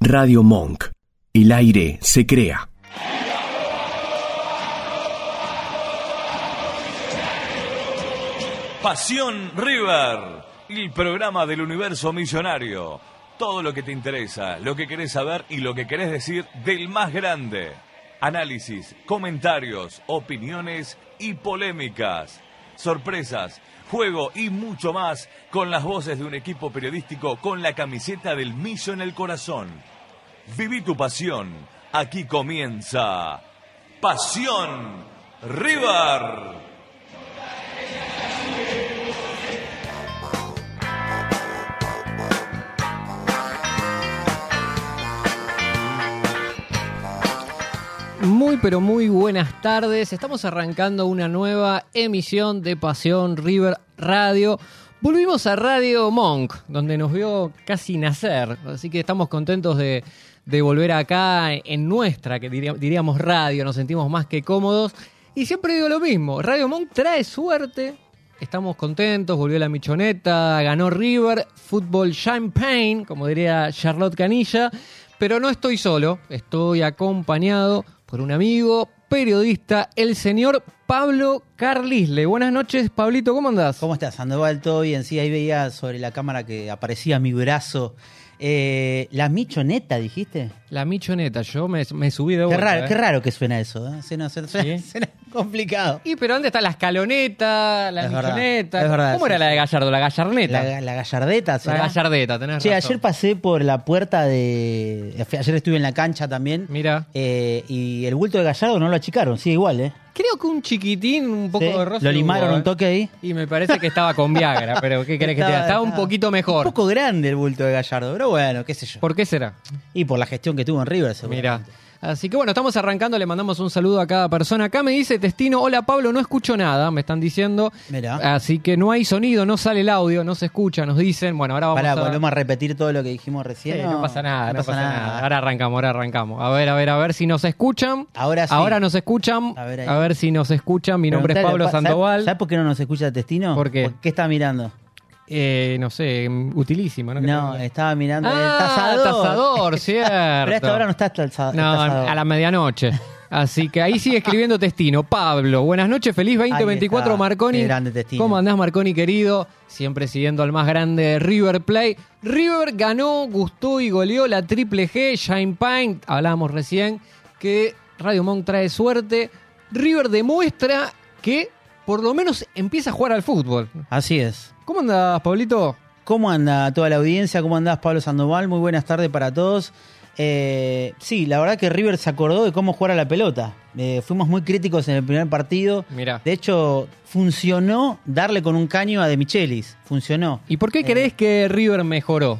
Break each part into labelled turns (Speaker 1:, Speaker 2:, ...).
Speaker 1: Radio Monk. El aire se crea.
Speaker 2: Pasión River, el programa del universo millonario. Todo lo que te interesa, lo que querés saber y lo que querés decir del más grande. Análisis, comentarios, opiniones y polémicas. Sorpresas, juego y mucho más con las voces de un equipo periodístico con la camiseta del millo en el corazón. Viví tu pasión. Aquí comienza Pasión River.
Speaker 3: Muy pero muy buenas tardes. Estamos arrancando una nueva emisión de Pasión River Radio. Volvimos a Radio Monk, donde nos vio casi nacer. Así que estamos contentos de, de volver acá en nuestra, que diría- diríamos radio, nos sentimos más que cómodos. Y siempre digo lo mismo, Radio Monk trae suerte. Estamos contentos, volvió la michoneta, ganó River, fútbol champagne, como diría Charlotte Canilla. Pero no estoy solo, estoy acompañado por un amigo periodista, el señor Pablo Carlisle. Buenas noches, Pablito, ¿cómo andás?
Speaker 4: ¿Cómo estás, Sandoval? ¿Todo bien? Sí, ahí veía sobre la cámara que aparecía mi brazo. Eh, la michoneta, dijiste.
Speaker 3: La michoneta, yo me, me subí de
Speaker 4: Qué
Speaker 3: vuelta. eh.
Speaker 4: raro, qué raro que suena eso. ¿eh? Suena, suena- suena-
Speaker 3: Sí.
Speaker 4: suena complicado.
Speaker 3: Y pero ¿dónde está la escaloneta, la
Speaker 4: Es verdad,
Speaker 3: michoneta?
Speaker 4: es verdad,
Speaker 3: ¿Cómo
Speaker 4: sí,
Speaker 3: era la
Speaker 4: sí.
Speaker 3: de Gallardo? La gallarneta.
Speaker 4: La, la gallardeta,
Speaker 3: La
Speaker 4: ¿será?
Speaker 3: gallardeta, tenés
Speaker 4: Che,
Speaker 3: razón.
Speaker 4: ayer pasé por la puerta de. eh, Ayer estuve en la cancha también.
Speaker 3: Mira.
Speaker 4: Eh, y el bulto de Gallardo no lo achicaron, sí, igual, ¿eh?
Speaker 3: Creo que un chiquitín, un poco
Speaker 4: Sí,
Speaker 3: de roce.
Speaker 4: Lo limaron
Speaker 3: hubo,
Speaker 4: un
Speaker 3: ¿eh?
Speaker 4: toque ahí.
Speaker 3: Y me parece que estaba con Viagra, pero ¿qué crees que te diga? Estaba un poquito mejor.
Speaker 4: Un poco grande el bulto de Gallardo, pero bueno, qué sé yo.
Speaker 3: ¿Por qué será?
Speaker 4: Y por la gestión que tuvo en River, seguro.
Speaker 3: Mira. Así que bueno, estamos arrancando, le mandamos un saludo a cada persona. Acá me dice Testino, hola Pablo, no escucho nada, me están diciendo.
Speaker 4: Mirá.
Speaker 3: Así que no hay sonido, no sale el audio, no se escucha, nos dicen. Bueno, ahora vamos
Speaker 4: Para,
Speaker 3: a...
Speaker 4: volvemos a repetir todo lo que dijimos
Speaker 3: Sí,
Speaker 4: recién.
Speaker 3: no, pasa nada, no, pasa, nada. Ahora arrancamos, ahora arrancamos. A ver, a ver, a ver si nos escuchan.
Speaker 4: Ahora sí.
Speaker 3: Ahora nos escuchan. A
Speaker 4: A
Speaker 3: ver,
Speaker 4: ver ahí.
Speaker 3: si nos escuchan. Mi nombre es
Speaker 4: Preguntale,
Speaker 3: Pablo
Speaker 4: pa- ¿sabes-
Speaker 3: Sandoval.
Speaker 4: ¿Sabes por qué no nos escucha Testino?
Speaker 3: ¿Por qué?
Speaker 4: está mirando?
Speaker 3: Eh, no sé, utilísimo, ¿no? Que
Speaker 4: No,
Speaker 3: tengo-
Speaker 4: estaba mirando
Speaker 3: Ah,
Speaker 4: el tasador.
Speaker 3: tasador, cierto.
Speaker 4: Pero a esta hora no está el talsa-
Speaker 3: No,
Speaker 4: tasador.
Speaker 3: a la medianoche. Así que ahí sigue escribiendo Testino. Pablo, buenas noches, feliz 2024,
Speaker 4: Ahí está,
Speaker 3: Marconi.
Speaker 4: qué grande Testino.
Speaker 3: ¿Cómo andás, Marconi, querido? Siempre siguiendo al más grande River Play. River ganó, gustó y goleó la Triple G, Shine Pine. Hablábamos recién que Radio Monk trae suerte. River demuestra que por lo menos empieza a jugar al fútbol.
Speaker 4: Así es.
Speaker 3: ¿Cómo andás, Pablito?
Speaker 4: ¿Cómo anda toda la audiencia? ¿Cómo andás, Pablo Sandoval? Muy buenas tardes para todos. Eh, sí, la verdad que River se acordó de cómo jugar a la pelota. Eh, fuimos muy críticos en el primer partido.
Speaker 3: Mirá.
Speaker 4: De hecho, funcionó darle con un caño a De Michelis. Funcionó.
Speaker 3: ¿Y por qué crees que River mejoró?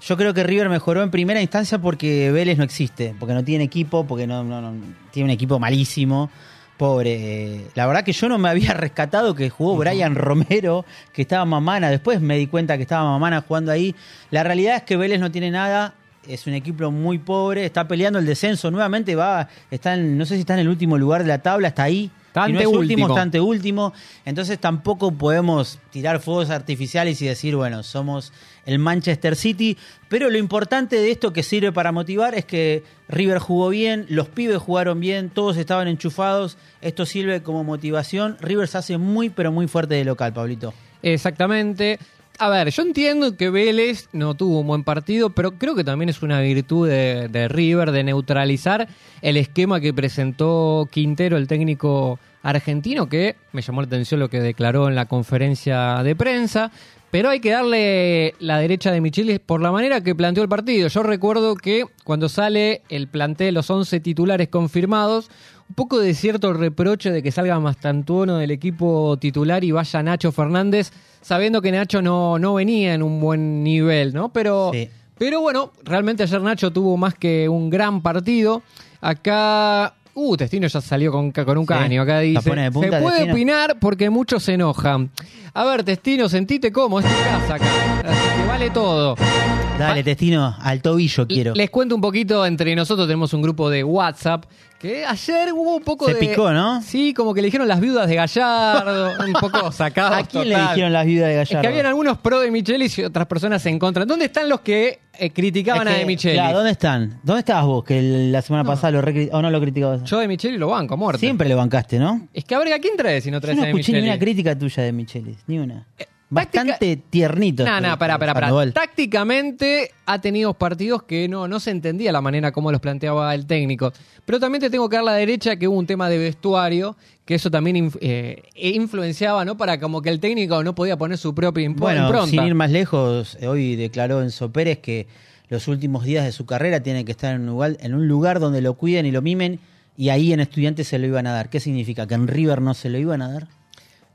Speaker 4: Yo creo que River mejoró en primera instancia porque Vélez no existe, porque no tiene equipo, porque no, no- no- tiene un equipo malísimo. Pobre. eh, La verdad que yo no me había rescatado que jugó Brian Romero, que estaba Mamana. Después me di cuenta que estaba Mamana jugando ahí. La realidad es que Vélez no tiene nada. Es un equipo muy pobre, está peleando el descenso nuevamente, va, está en- no sé si está en el último lugar de la tabla, está ahí.
Speaker 3: Está
Speaker 4: Si no es
Speaker 3: anteúltimo.
Speaker 4: último, está ante último. Entonces tampoco podemos tirar fuegos artificiales y decir, bueno, somos el Manchester City. Pero lo importante de esto que sirve para motivar es que River jugó bien, los pibes jugaron bien, todos estaban enchufados. Esto sirve como motivación. River se hace muy, pero muy fuerte de local, Pablito.
Speaker 3: Exactamente. A ver, yo entiendo que Vélez no tuvo un buen partido, pero creo que también es una virtud de, de River de neutralizar el esquema que presentó Quintero, el técnico argentino, que me llamó la atención lo que declaró en la conferencia de prensa. Pero hay que darle la derecha de Michelis por la manera que planteó el partido. Yo recuerdo que cuando sale el plantel, los 11 titulares confirmados, un poco de cierto reproche de que salga Mastantuono del equipo titular y vaya Nacho Fernández, sabiendo que Nacho no, no venía en un buen nivel, ¿no? Pero,
Speaker 4: Sí.
Speaker 3: pero bueno, realmente ayer Nacho tuvo más que un gran partido. Acá. Uh, Testino ya salió con, ca- con un
Speaker 4: Sí.
Speaker 3: caño. Acá
Speaker 4: La
Speaker 3: dice.
Speaker 4: pone de punta,
Speaker 3: Se puede
Speaker 4: Testino".
Speaker 3: opinar porque muchos se enojan. A ver, Testino, sentite como, es tu casa acá. Así que vale todo.
Speaker 4: Ah. Dale, Testino, al tobillo quiero.
Speaker 3: Les cuento un poquito, entre nosotros tenemos un grupo de WhatsApp Que ayer hubo un poco
Speaker 4: Se
Speaker 3: de.
Speaker 4: picó, ¿no?
Speaker 3: Sí, como que le dijeron las viudas de Gallardo, un poco sacados.
Speaker 4: ¿A quién le
Speaker 3: total.
Speaker 4: dijeron las viudas de
Speaker 3: Es
Speaker 4: Gallardo?
Speaker 3: que habían algunos pro de Michelis y otras personas en contra. ¿Dónde están los que eh, criticaban
Speaker 4: Es
Speaker 3: a
Speaker 4: que,
Speaker 3: de Michelis?
Speaker 4: claro, ¿dónde están? ¿Dónde estabas vos que el- la semana pasada lo recri- o no lo criticabas?
Speaker 3: Yo de Michelis lo banco, a muerte.
Speaker 4: Siempre lo bancaste, ¿no?
Speaker 3: Es que a ver, ¿a quién traes si no
Speaker 4: Yo
Speaker 3: traes
Speaker 4: no
Speaker 3: a de Eh,
Speaker 4: escuché ni
Speaker 3: Michelis?
Speaker 4: una crítica tuya de Michelis, ni una.
Speaker 3: táctica-
Speaker 4: Bastante tiernito.
Speaker 3: No, no,
Speaker 4: estuviste,
Speaker 3: pará, pará, pará.
Speaker 4: Sandoval.
Speaker 3: Tácticamente ha tenido partidos que no, no se entendía la manera como los planteaba el técnico. Pero también te tengo que dar la derecha que hubo un tema de vestuario, que eso también inf- eh, influenciaba, ¿no? Para como que el técnico no podía poner su propia imp-
Speaker 4: Bueno,
Speaker 3: impronta.
Speaker 4: sin ir más lejos, eh, hoy declaró Enzo Pérez que los últimos días de su carrera tiene que estar en un lugar, en un lugar donde lo cuiden y lo mimen, y ahí en Estudiantes se lo iban a dar. ¿Qué significa? ¿Que en River no se lo iban a dar?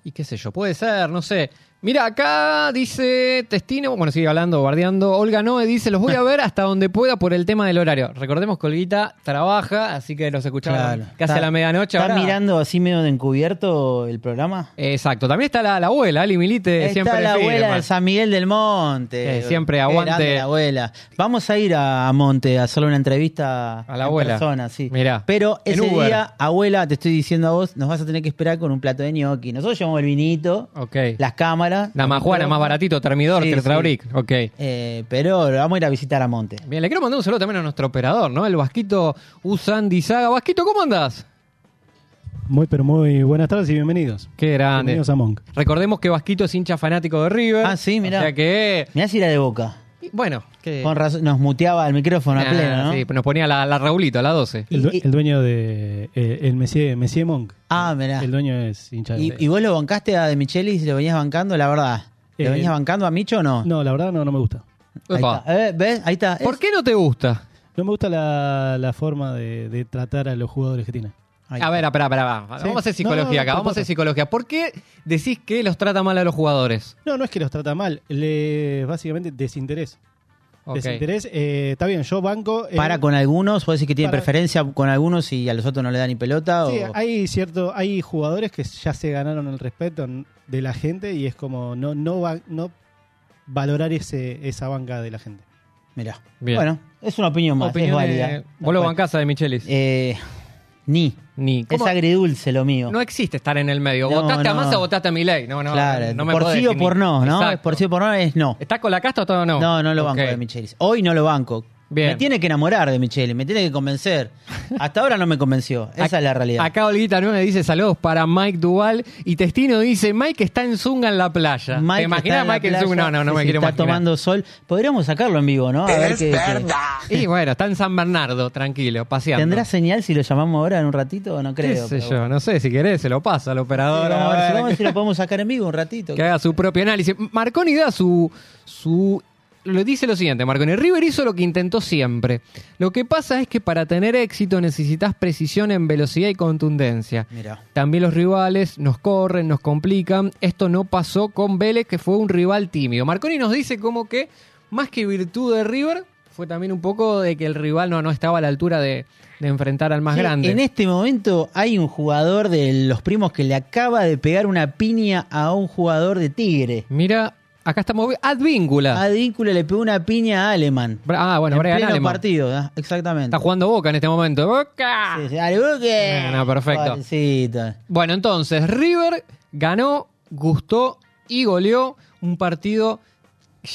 Speaker 3: Y qué sé yo, puede ser, no sé. Mira, acá dice Testino, bueno, sigue hablando, bardeando. Olga Noe dice, los voy a ver hasta donde pueda por el tema del horario. Recordemos que Olguita trabaja, así que los escuchamos casi
Speaker 4: Está-
Speaker 3: a la medianoche.
Speaker 4: ¿Está
Speaker 3: ahora.
Speaker 4: mirando así medio de encubierto el programa?
Speaker 3: Exacto, también está la, la abuela, Ali Milite,
Speaker 4: Está
Speaker 3: siempre
Speaker 4: la
Speaker 3: firme.
Speaker 4: abuela de San Miguel del Monte.
Speaker 3: Eh, siempre
Speaker 4: Qué
Speaker 3: aguante.
Speaker 4: grande la abuela. Vamos a ir a, a Monte a hacerle una entrevista
Speaker 3: A la
Speaker 4: en
Speaker 3: abuela.
Speaker 4: persona, sí.
Speaker 3: Mirá,
Speaker 4: Pero
Speaker 3: en
Speaker 4: ese
Speaker 3: Uber.
Speaker 4: día, abuela, te estoy diciendo a vos, nos vas a tener que esperar con un plato de gnocchi. Nosotros llevamos el vinito,
Speaker 3: Ok.
Speaker 4: las cámaras.
Speaker 3: La majuana más baratito, termidor,
Speaker 4: Sí,
Speaker 3: que el
Speaker 4: sí.
Speaker 3: Trabric. Ok.
Speaker 4: Eh, pero lo vamos a ir a visitar a Monte.
Speaker 3: Bien, le quiero mandar un saludo también a nuestro operador, ¿no? El Vasquito Usandizaga. Vasquito, ¿cómo andas?
Speaker 5: Muy, pero muy buenas tardes y bienvenidos.
Speaker 3: Qué grande.
Speaker 5: Bienvenidos a Monk.
Speaker 3: Recordemos que Vasquito es hincha fanático de River.
Speaker 4: Ah, sí, mirá.
Speaker 3: O sea que.
Speaker 4: Mirá si era de boca.
Speaker 3: y Bueno, que.
Speaker 4: Con razón, nos muteaba el micrófono
Speaker 3: Ah,
Speaker 4: a pleno, ¿no?
Speaker 3: Sí, nos ponía la, la Raulito a las 12.
Speaker 5: El, due-
Speaker 4: Y-
Speaker 5: el dueño de. eh, el Messier, Messier Monk.
Speaker 4: Ah, mirá.
Speaker 5: El dueño es hincha de-
Speaker 4: Y, y vos lo bancaste a De Michelis y lo venías bancando, la verdad. ¿Lo
Speaker 5: Eh,
Speaker 4: venías bancando a Micho o no?
Speaker 5: No, la verdad no, no me gusta.
Speaker 4: Ahí
Speaker 3: Epa.
Speaker 4: está. Eh, ¿Ves? Ahí está.
Speaker 3: ¿Por
Speaker 4: Es-
Speaker 3: qué no te gusta?
Speaker 5: No me gusta la, la forma de, de tratar a los jugadores que tiene.
Speaker 4: Ahí
Speaker 3: A
Speaker 4: está.
Speaker 3: ver, pará, pará, pará.
Speaker 5: Sí.
Speaker 3: Vamos a hacer
Speaker 5: No, no, no,
Speaker 3: psicología acá,
Speaker 5: por
Speaker 3: vamos a hacer
Speaker 5: favor.
Speaker 3: psicología. ¿Por qué decís que los trata mal a los jugadores?
Speaker 5: No, no es que los trata mal. Le, básicamente desinterés.
Speaker 3: Ok.
Speaker 5: Desinterés. eh, está bien, yo banco. eh,
Speaker 4: Para con algunos, puede decir que tiene
Speaker 5: para-
Speaker 4: preferencia con algunos y a los otros no le da ni pelota.
Speaker 5: Sí,
Speaker 4: o...
Speaker 5: hay cierto, hay jugadores que ya se ganaron el respeto n- de la gente y es como no, no, va- no valorar ese, esa banca de la gente.
Speaker 4: Mirá.
Speaker 3: Bien.
Speaker 4: Bueno, es una opinión más,
Speaker 3: Opinión
Speaker 4: es válida.
Speaker 3: eh, Vos lo bancás a de Michelis.
Speaker 4: Eh, ni.
Speaker 3: Ni.
Speaker 4: Es
Speaker 3: ¿Cómo?
Speaker 4: agridulce lo mío.
Speaker 3: No existe estar en el medio.
Speaker 4: No,
Speaker 3: votaste a
Speaker 4: no.
Speaker 3: Massa, votaste a Milei. No, no,
Speaker 4: claro,
Speaker 3: no me
Speaker 4: por
Speaker 3: podés
Speaker 4: sí o
Speaker 3: definir.
Speaker 4: por no, ¿no?
Speaker 3: Exacto.
Speaker 4: Por sí o por no es no.
Speaker 3: ¿Está con la casta o todo no?
Speaker 4: No, no lo banco
Speaker 3: Ok.
Speaker 4: de Michelis. Hoy no lo banco.
Speaker 3: Bien.
Speaker 4: Me tiene que enamorar de Michelis, me tiene que convencer. Hasta ahora no me convenció. Esa
Speaker 3: Ac-
Speaker 4: es la realidad.
Speaker 3: Acá Olguita 9 dice saludos para Mike Duval y Testino dice Mike está en Zunga en la playa.
Speaker 4: Mike
Speaker 3: ¿Te
Speaker 4: está
Speaker 3: imaginas
Speaker 4: en la
Speaker 3: Mike en Zunga? No,
Speaker 4: playa,
Speaker 3: no, no
Speaker 4: se-
Speaker 3: me
Speaker 4: se
Speaker 3: quiero
Speaker 4: está
Speaker 3: imaginar.
Speaker 4: tomando sol. Podríamos sacarlo en vivo, ¿no? A ver qué- qué-
Speaker 3: Y bueno, está en San Bernardo, tranquilo, paseando.
Speaker 4: ¿Tendrá señal si lo llamamos ahora en un ratito? No
Speaker 3: ¿Qué
Speaker 4: creo.
Speaker 3: sé
Speaker 4: pero
Speaker 3: yo? No sé, si querés se lo pasa al operador.
Speaker 4: vamos, a ver, si-
Speaker 3: a
Speaker 4: vamos a ver
Speaker 3: ver
Speaker 4: si lo podemos sacar en vivo un ratito.
Speaker 3: que haga su propio análisis. Marconi da su, su... Lo dice lo siguiente, Marconi. River hizo lo que intentó siempre. Lo que pasa es que para tener éxito necesitas precisión en velocidad y contundencia.
Speaker 4: Mira.
Speaker 3: También los rivales nos corren, nos complican. Esto no pasó con Vélez, que fue un rival tímido. Marconi nos dice como que, más que virtud de River, fue también un poco de que el rival no, no estaba a la altura de, de enfrentar al más
Speaker 4: Sí,
Speaker 3: grande.
Speaker 4: En este momento hay un jugador de los primos que le acaba de pegar una piña a un jugador de Tigre.
Speaker 3: Mira, acá estamos... vi- Advíncula.
Speaker 4: Advíncula le pegó una piña a Aleman.
Speaker 3: Bra- ah, bueno,
Speaker 4: en
Speaker 3: Brian
Speaker 4: pleno
Speaker 3: Aleman.
Speaker 4: partido, ¿eh? exactamente.
Speaker 3: Está jugando Boca en este momento. ¡Boca!
Speaker 4: Sí, sí, dale, Buque.
Speaker 3: No, no, perfecto.
Speaker 4: Pobrecito.
Speaker 3: Bueno, entonces, River ganó, gustó y goleó un partido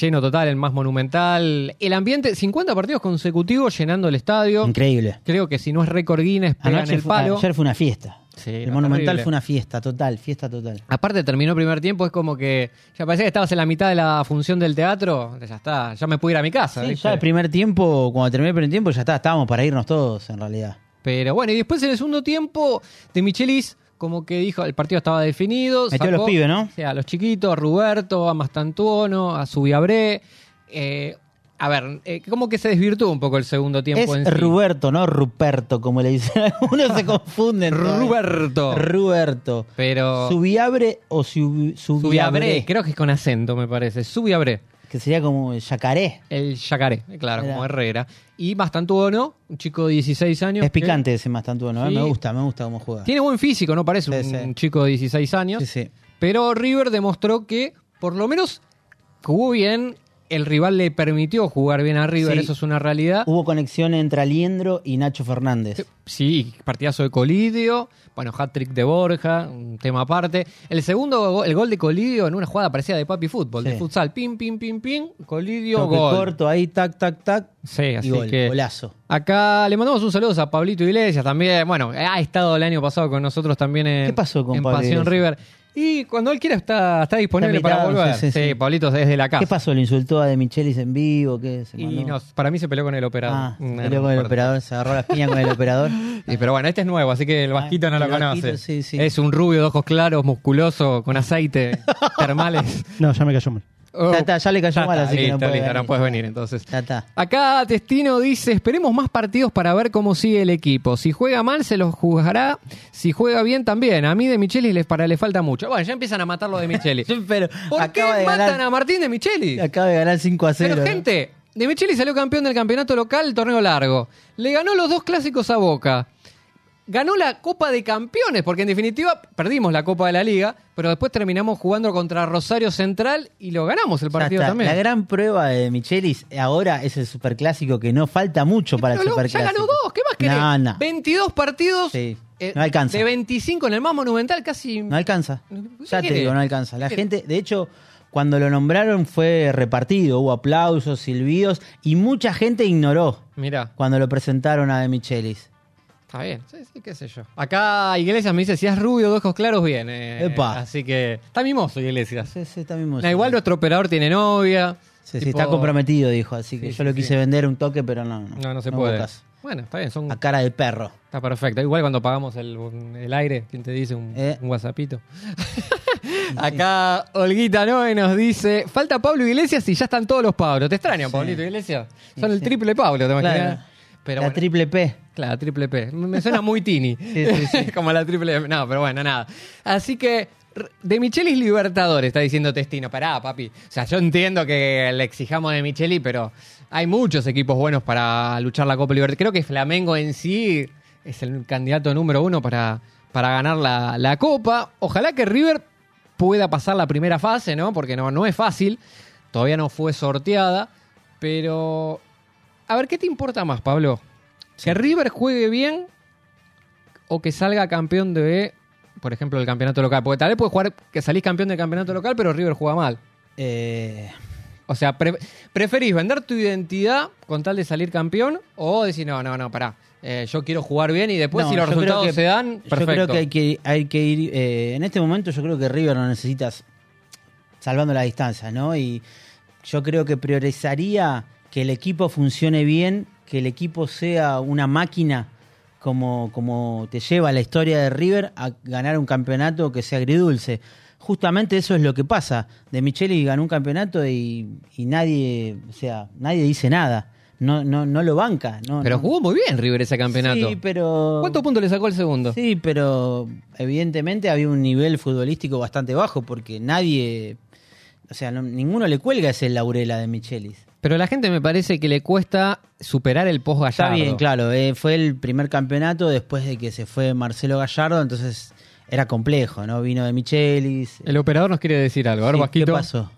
Speaker 3: lleno total, el más monumental. El ambiente, 50 partidos consecutivos llenando el estadio.
Speaker 4: Increíble.
Speaker 3: Creo que si no es récord Guinness, pegan
Speaker 4: Anoche
Speaker 3: el
Speaker 4: fue-
Speaker 3: palo.
Speaker 4: ayer fue una fiesta.
Speaker 3: Sí,
Speaker 4: el
Speaker 3: no,
Speaker 4: Monumental
Speaker 3: terrible.
Speaker 4: fue una fiesta total, fiesta total.
Speaker 3: Aparte terminó el primer tiempo, es como que ya parecía que estabas en la mitad de la función del teatro, ya está, ya me puedo ir a mi casa.
Speaker 4: Sí,
Speaker 3: ¿viste?
Speaker 4: ya el primer tiempo, cuando terminó el primer tiempo, ya está, estábamos para irnos todos en realidad.
Speaker 3: Pero bueno, y después en el segundo tiempo, de Michelis como que dijo, el partido estaba definido.
Speaker 4: Metió a los pibes, ¿no?
Speaker 3: O sea, a los chiquitos, a Ruberto, a Mastantuono, a Subiabré. Eh, a ver, eh, como que se desvirtuó un poco el segundo tiempo en
Speaker 4: es
Speaker 3: sí.
Speaker 4: Ruberto, no Ruperto, como le dicen algunos, se confunden.
Speaker 3: Ruberto.
Speaker 4: Ruberto.
Speaker 3: Pero
Speaker 4: Subiabre o
Speaker 3: Subiabré,
Speaker 4: subi- subiabre,
Speaker 3: creo que es con acento, me parece. Subiabré,
Speaker 4: que sería como yacaré.
Speaker 3: el yacaré, claro,
Speaker 4: Era.
Speaker 3: como Herrera. Y Mastantuono, un chico de 16 años.
Speaker 4: Es
Speaker 3: que
Speaker 4: picante ese más tanto, ¿no?
Speaker 3: Sí.
Speaker 4: Me gusta, me gusta cómo juega.
Speaker 3: Tiene buen físico, ¿no? Parece un,
Speaker 4: Sí, sí.
Speaker 3: un chico de 16 años.
Speaker 4: Sí, sí.
Speaker 3: Pero River demostró que, por lo menos, jugó bien, el rival le permitió jugar bien a River,
Speaker 4: Sí. Uh.
Speaker 3: eso es una realidad.
Speaker 4: Hubo conexión entre Aliendro y Nacho Fernández.
Speaker 3: Sí, partidazo de Colidio, bueno, hat-trick de Borja, un tema aparte. El segundo, go- el gol de Colidio en una jugada parecida de papi fútbol, de
Speaker 4: Sí.
Speaker 3: futsal, pim, pim, pim, pim, Colidio,
Speaker 4: Toque
Speaker 3: gol.
Speaker 4: corto ahí, tac, tac, tac.
Speaker 3: Sí,
Speaker 4: y
Speaker 3: así
Speaker 4: gol,
Speaker 3: que-
Speaker 4: golazo.
Speaker 3: Acá le mandamos un saludo a Pablito Iglesias también. Bueno, ha estado el año pasado con nosotros también en,
Speaker 4: ¿Qué pasó con
Speaker 3: en
Speaker 4: Pablo
Speaker 3: Pasión
Speaker 4: Iglesias?
Speaker 3: River. Y cuando él quiera está, está disponible
Speaker 4: Está invitado,
Speaker 3: para volver. Sí,
Speaker 4: sí, sí, sí.
Speaker 3: Pablito desde la casa.
Speaker 4: ¿Qué pasó? ¿Le insultó a De Michelis en vivo? ¿Qué? ¿Se
Speaker 3: Y
Speaker 4: mandó?
Speaker 3: no, para mí se peleó con el operador.
Speaker 4: Ah, se
Speaker 3: No,
Speaker 4: peleó
Speaker 3: no
Speaker 4: con el
Speaker 3: importa.
Speaker 4: operador, se agarró las piñas con el operador.
Speaker 3: Sí, pero bueno, este es nuevo, así que el vasquito no
Speaker 4: Ah, el
Speaker 3: lo
Speaker 4: Vasquito,
Speaker 3: conoce.
Speaker 4: sí, sí.
Speaker 3: Es un rubio de ojos claros, musculoso, con aceite, termales.
Speaker 5: No, ya me cayó mal.
Speaker 3: Oh,
Speaker 4: Ya está, ya le cayó
Speaker 3: ya
Speaker 4: mal,
Speaker 3: está,
Speaker 4: así que no
Speaker 3: listo,
Speaker 4: puede
Speaker 3: listo,
Speaker 4: venir.
Speaker 3: no puedes venir entonces.
Speaker 4: Ya está.
Speaker 3: Acá Testino dice, esperemos más partidos para ver cómo sigue el equipo. Si juega mal, se los juzgará. Si juega bien, también. A mí de Micheli les, para, le falta mucho. Bueno, ya empiezan a matarlo de Micheli.
Speaker 4: Pero
Speaker 3: ¿Por qué
Speaker 4: acaba de
Speaker 3: matan
Speaker 4: ganar,
Speaker 3: a Martín de Micheli?
Speaker 4: acaba de ganar 5 a 0.
Speaker 3: Pero gente, de Micheli salió campeón del campeonato local, torneo largo. Le ganó los dos clásicos a Boca. Ganó la Copa de Campeones, porque en definitiva perdimos la Copa de la Liga, pero después terminamos jugando contra Rosario Central y lo ganamos el partido también.
Speaker 4: La gran prueba de Michelis ahora es el superclásico, que no falta mucho para el
Speaker 3: Pero lo- ya
Speaker 4: superclásico.
Speaker 3: ganó dos, ¿qué más querés?
Speaker 4: No, no.
Speaker 3: 22 partidos.
Speaker 4: Sí,
Speaker 3: eh,
Speaker 4: no alcanza.
Speaker 3: De 25 en el más monumental, casi.
Speaker 4: No alcanza.
Speaker 3: ¿Qué
Speaker 4: Ya te
Speaker 3: quiere?
Speaker 4: digo, no alcanza. La
Speaker 3: ¿Qué
Speaker 4: gente, de hecho, cuando lo nombraron fue repartido, hubo aplausos, silbidos y mucha gente ignoró
Speaker 3: Mirá,
Speaker 4: cuando lo presentaron a De Michelis.
Speaker 3: está bien. Sí, sí, qué sé yo. Acá Iglesias me dice: si es rubio, de ojos claros, bien. eh.
Speaker 4: Epa.
Speaker 3: Así que. Está mimoso Iglesias.
Speaker 4: Sí, sí, está mismo.
Speaker 3: Nah, igual nuestro operador tiene novia.
Speaker 4: Sí, sí,
Speaker 3: Tipo-
Speaker 4: está comprometido, dijo, así que
Speaker 3: Sí,
Speaker 4: yo lo
Speaker 3: sí,
Speaker 4: quise vender un toque, pero no. No,
Speaker 3: No, no se
Speaker 4: hubo
Speaker 3: puede. Mm.
Speaker 4: caso.
Speaker 3: Bueno, está bien, son-
Speaker 4: A cara de perro.
Speaker 3: está perfecto. Igual cuando pagamos el, el aire, ¿quién te dice? Un,
Speaker 4: Eh.
Speaker 3: un WhatsAppito. Acá Olguita Noe nos dice: Falta Pablo Iglesias y ya están todos los Pablos. ¿Te extrañan,
Speaker 4: Sí.
Speaker 3: Pablito Iglesias? Son
Speaker 4: Sí,
Speaker 3: el
Speaker 4: sí.
Speaker 3: triple Pablo, te imaginas.
Speaker 4: Claro.
Speaker 3: Pero
Speaker 4: la
Speaker 3: bueno,
Speaker 4: triple P.
Speaker 3: claro, triple P. Me me suena muy tini.
Speaker 4: sí,
Speaker 3: Como la triple P. No, pero bueno, nada. Así que. r- De Michelis Libertadores, está diciendo Testino. Pará, papi. O sea, yo entiendo que le exijamos de Micheli, pero hay muchos equipos buenos para luchar la Copa Libertadores. Creo que Flamengo en sí es el candidato número uno para, para ganar la, la Copa. Ojalá que River pueda pasar la primera fase, ¿no? Porque no, no es fácil. Todavía no fue sorteada. Pero. A ver, ¿qué te importa más, Pablo? ¿Que River juegue bien o que salga campeón de, por ejemplo, el campeonato local? Porque tal vez puedes jugar que salís campeón del campeonato local, pero River juega mal.
Speaker 4: Eh,
Speaker 3: O sea, pre- ¿preferís vender tu identidad con tal de salir campeón o decir, no, no, no, pará, eh, yo quiero jugar bien y después
Speaker 4: no,
Speaker 3: si los
Speaker 4: yo creo
Speaker 3: resultados
Speaker 4: que-
Speaker 3: se dan, perfecto.
Speaker 4: Yo creo que hay que, hay que ir. eh, en este momento, yo creo que River no necesitas. Salvando la distancia, ¿no? Y yo creo que priorizaría que el equipo funcione bien, que el equipo sea una máquina como, como te lleva la historia de River a ganar un campeonato que sea agridulce. Justamente eso es lo que pasa. De Micheli ganó un campeonato y, y nadie, o sea, nadie dice nada. No, no, no lo banca. No,
Speaker 3: Pero
Speaker 4: no.
Speaker 3: jugó muy bien River ese campeonato.
Speaker 4: Sí, pero.
Speaker 3: ¿Cuántos puntos le sacó el segundo?
Speaker 4: Sí, pero evidentemente había un nivel futbolístico bastante bajo porque nadie, o sea, no- ninguno le cuelga ese laurela de Michelis.
Speaker 3: Pero a la gente me parece que le cuesta superar el post
Speaker 4: Está
Speaker 3: Gallardo.
Speaker 4: bien, claro, eh, fue el primer campeonato después de que se fue Marcelo Gallardo, entonces era complejo, ¿no? Vino de Michelis.
Speaker 3: El operador nos quiere decir algo. A ver,
Speaker 4: Sí,
Speaker 3: Vasquito.
Speaker 4: ¿Qué pasó?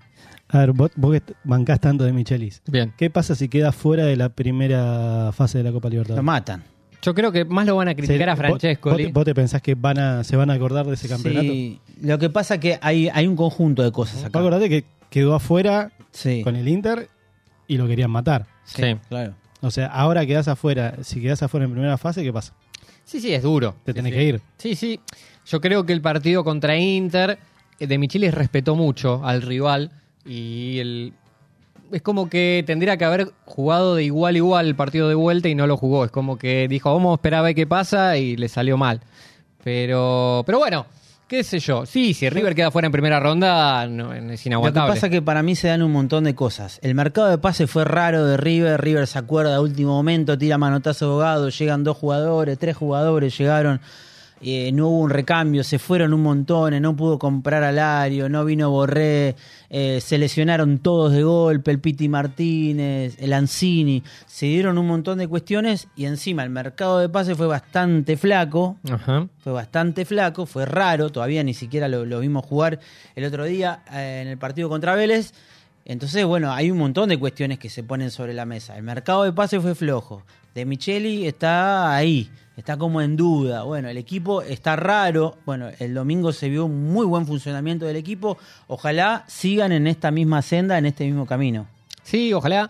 Speaker 5: A ver, vos, vos que t- bancás tanto de Michelis.
Speaker 3: Bien.
Speaker 5: ¿Qué pasa si queda fuera de la primera fase de la Copa
Speaker 4: Lo
Speaker 5: Libertadores?
Speaker 4: matan.
Speaker 3: Yo creo que más lo van a criticar a
Speaker 5: ¿Vos-
Speaker 3: Francesco.
Speaker 5: ¿Vos, te- vos te pensás que van a, se van a acordar de ese campeonato?
Speaker 4: Sí, lo que pasa que hay, hay un conjunto de cosas
Speaker 5: Vos
Speaker 4: acá.
Speaker 5: Acordate que quedó afuera
Speaker 4: Sí,
Speaker 5: con el Inter y lo querían matar.
Speaker 3: Sí.
Speaker 4: claro.
Speaker 5: O sea, ahora quedás afuera. Si quedás afuera en primera fase, ¿qué pasa?
Speaker 3: Sí, sí, es duro.
Speaker 5: Te tenés
Speaker 3: sí.
Speaker 5: que ir.
Speaker 3: Sí, sí. Yo creo que el partido contra Inter eh, de Michelis respetó mucho al rival y el es como que tendría que haber jugado de igual a igual el partido de vuelta y no lo jugó. Es como que dijo, vamos a esperar a ver qué pasa y le salió mal. Pero, pero bueno, qué sé yo. Sí, si River queda fuera en primera ronda, no, es
Speaker 4: Lo que
Speaker 3: inaguantable.
Speaker 4: pasa que para mí se dan un montón de cosas. El mercado de pases fue raro de River. River se acuerda a último momento, tira manotazo abogado, llegan dos jugadores, tres jugadores llegaron. eh, no hubo un recambio, se fueron un montón, no pudo comprar Alario, no vino Borré, eh, se lesionaron todos de golpe, el Piti Martínez, el Ancini, se dieron un montón de cuestiones y encima el mercado de pases fue bastante flaco,
Speaker 3: Ajá.
Speaker 4: fue bastante flaco, fue raro, todavía ni siquiera lo, lo vimos jugar el otro día eh, en el partido contra Vélez. Entonces, bueno, hay un montón de cuestiones que se ponen sobre la mesa. El mercado de pase fue flojo. De Micheli está ahí, está como en duda. Bueno, el equipo está raro. Bueno, el domingo se vio un muy buen funcionamiento del equipo. Ojalá sigan en esta misma senda, en este mismo camino.
Speaker 3: Sí, ojalá.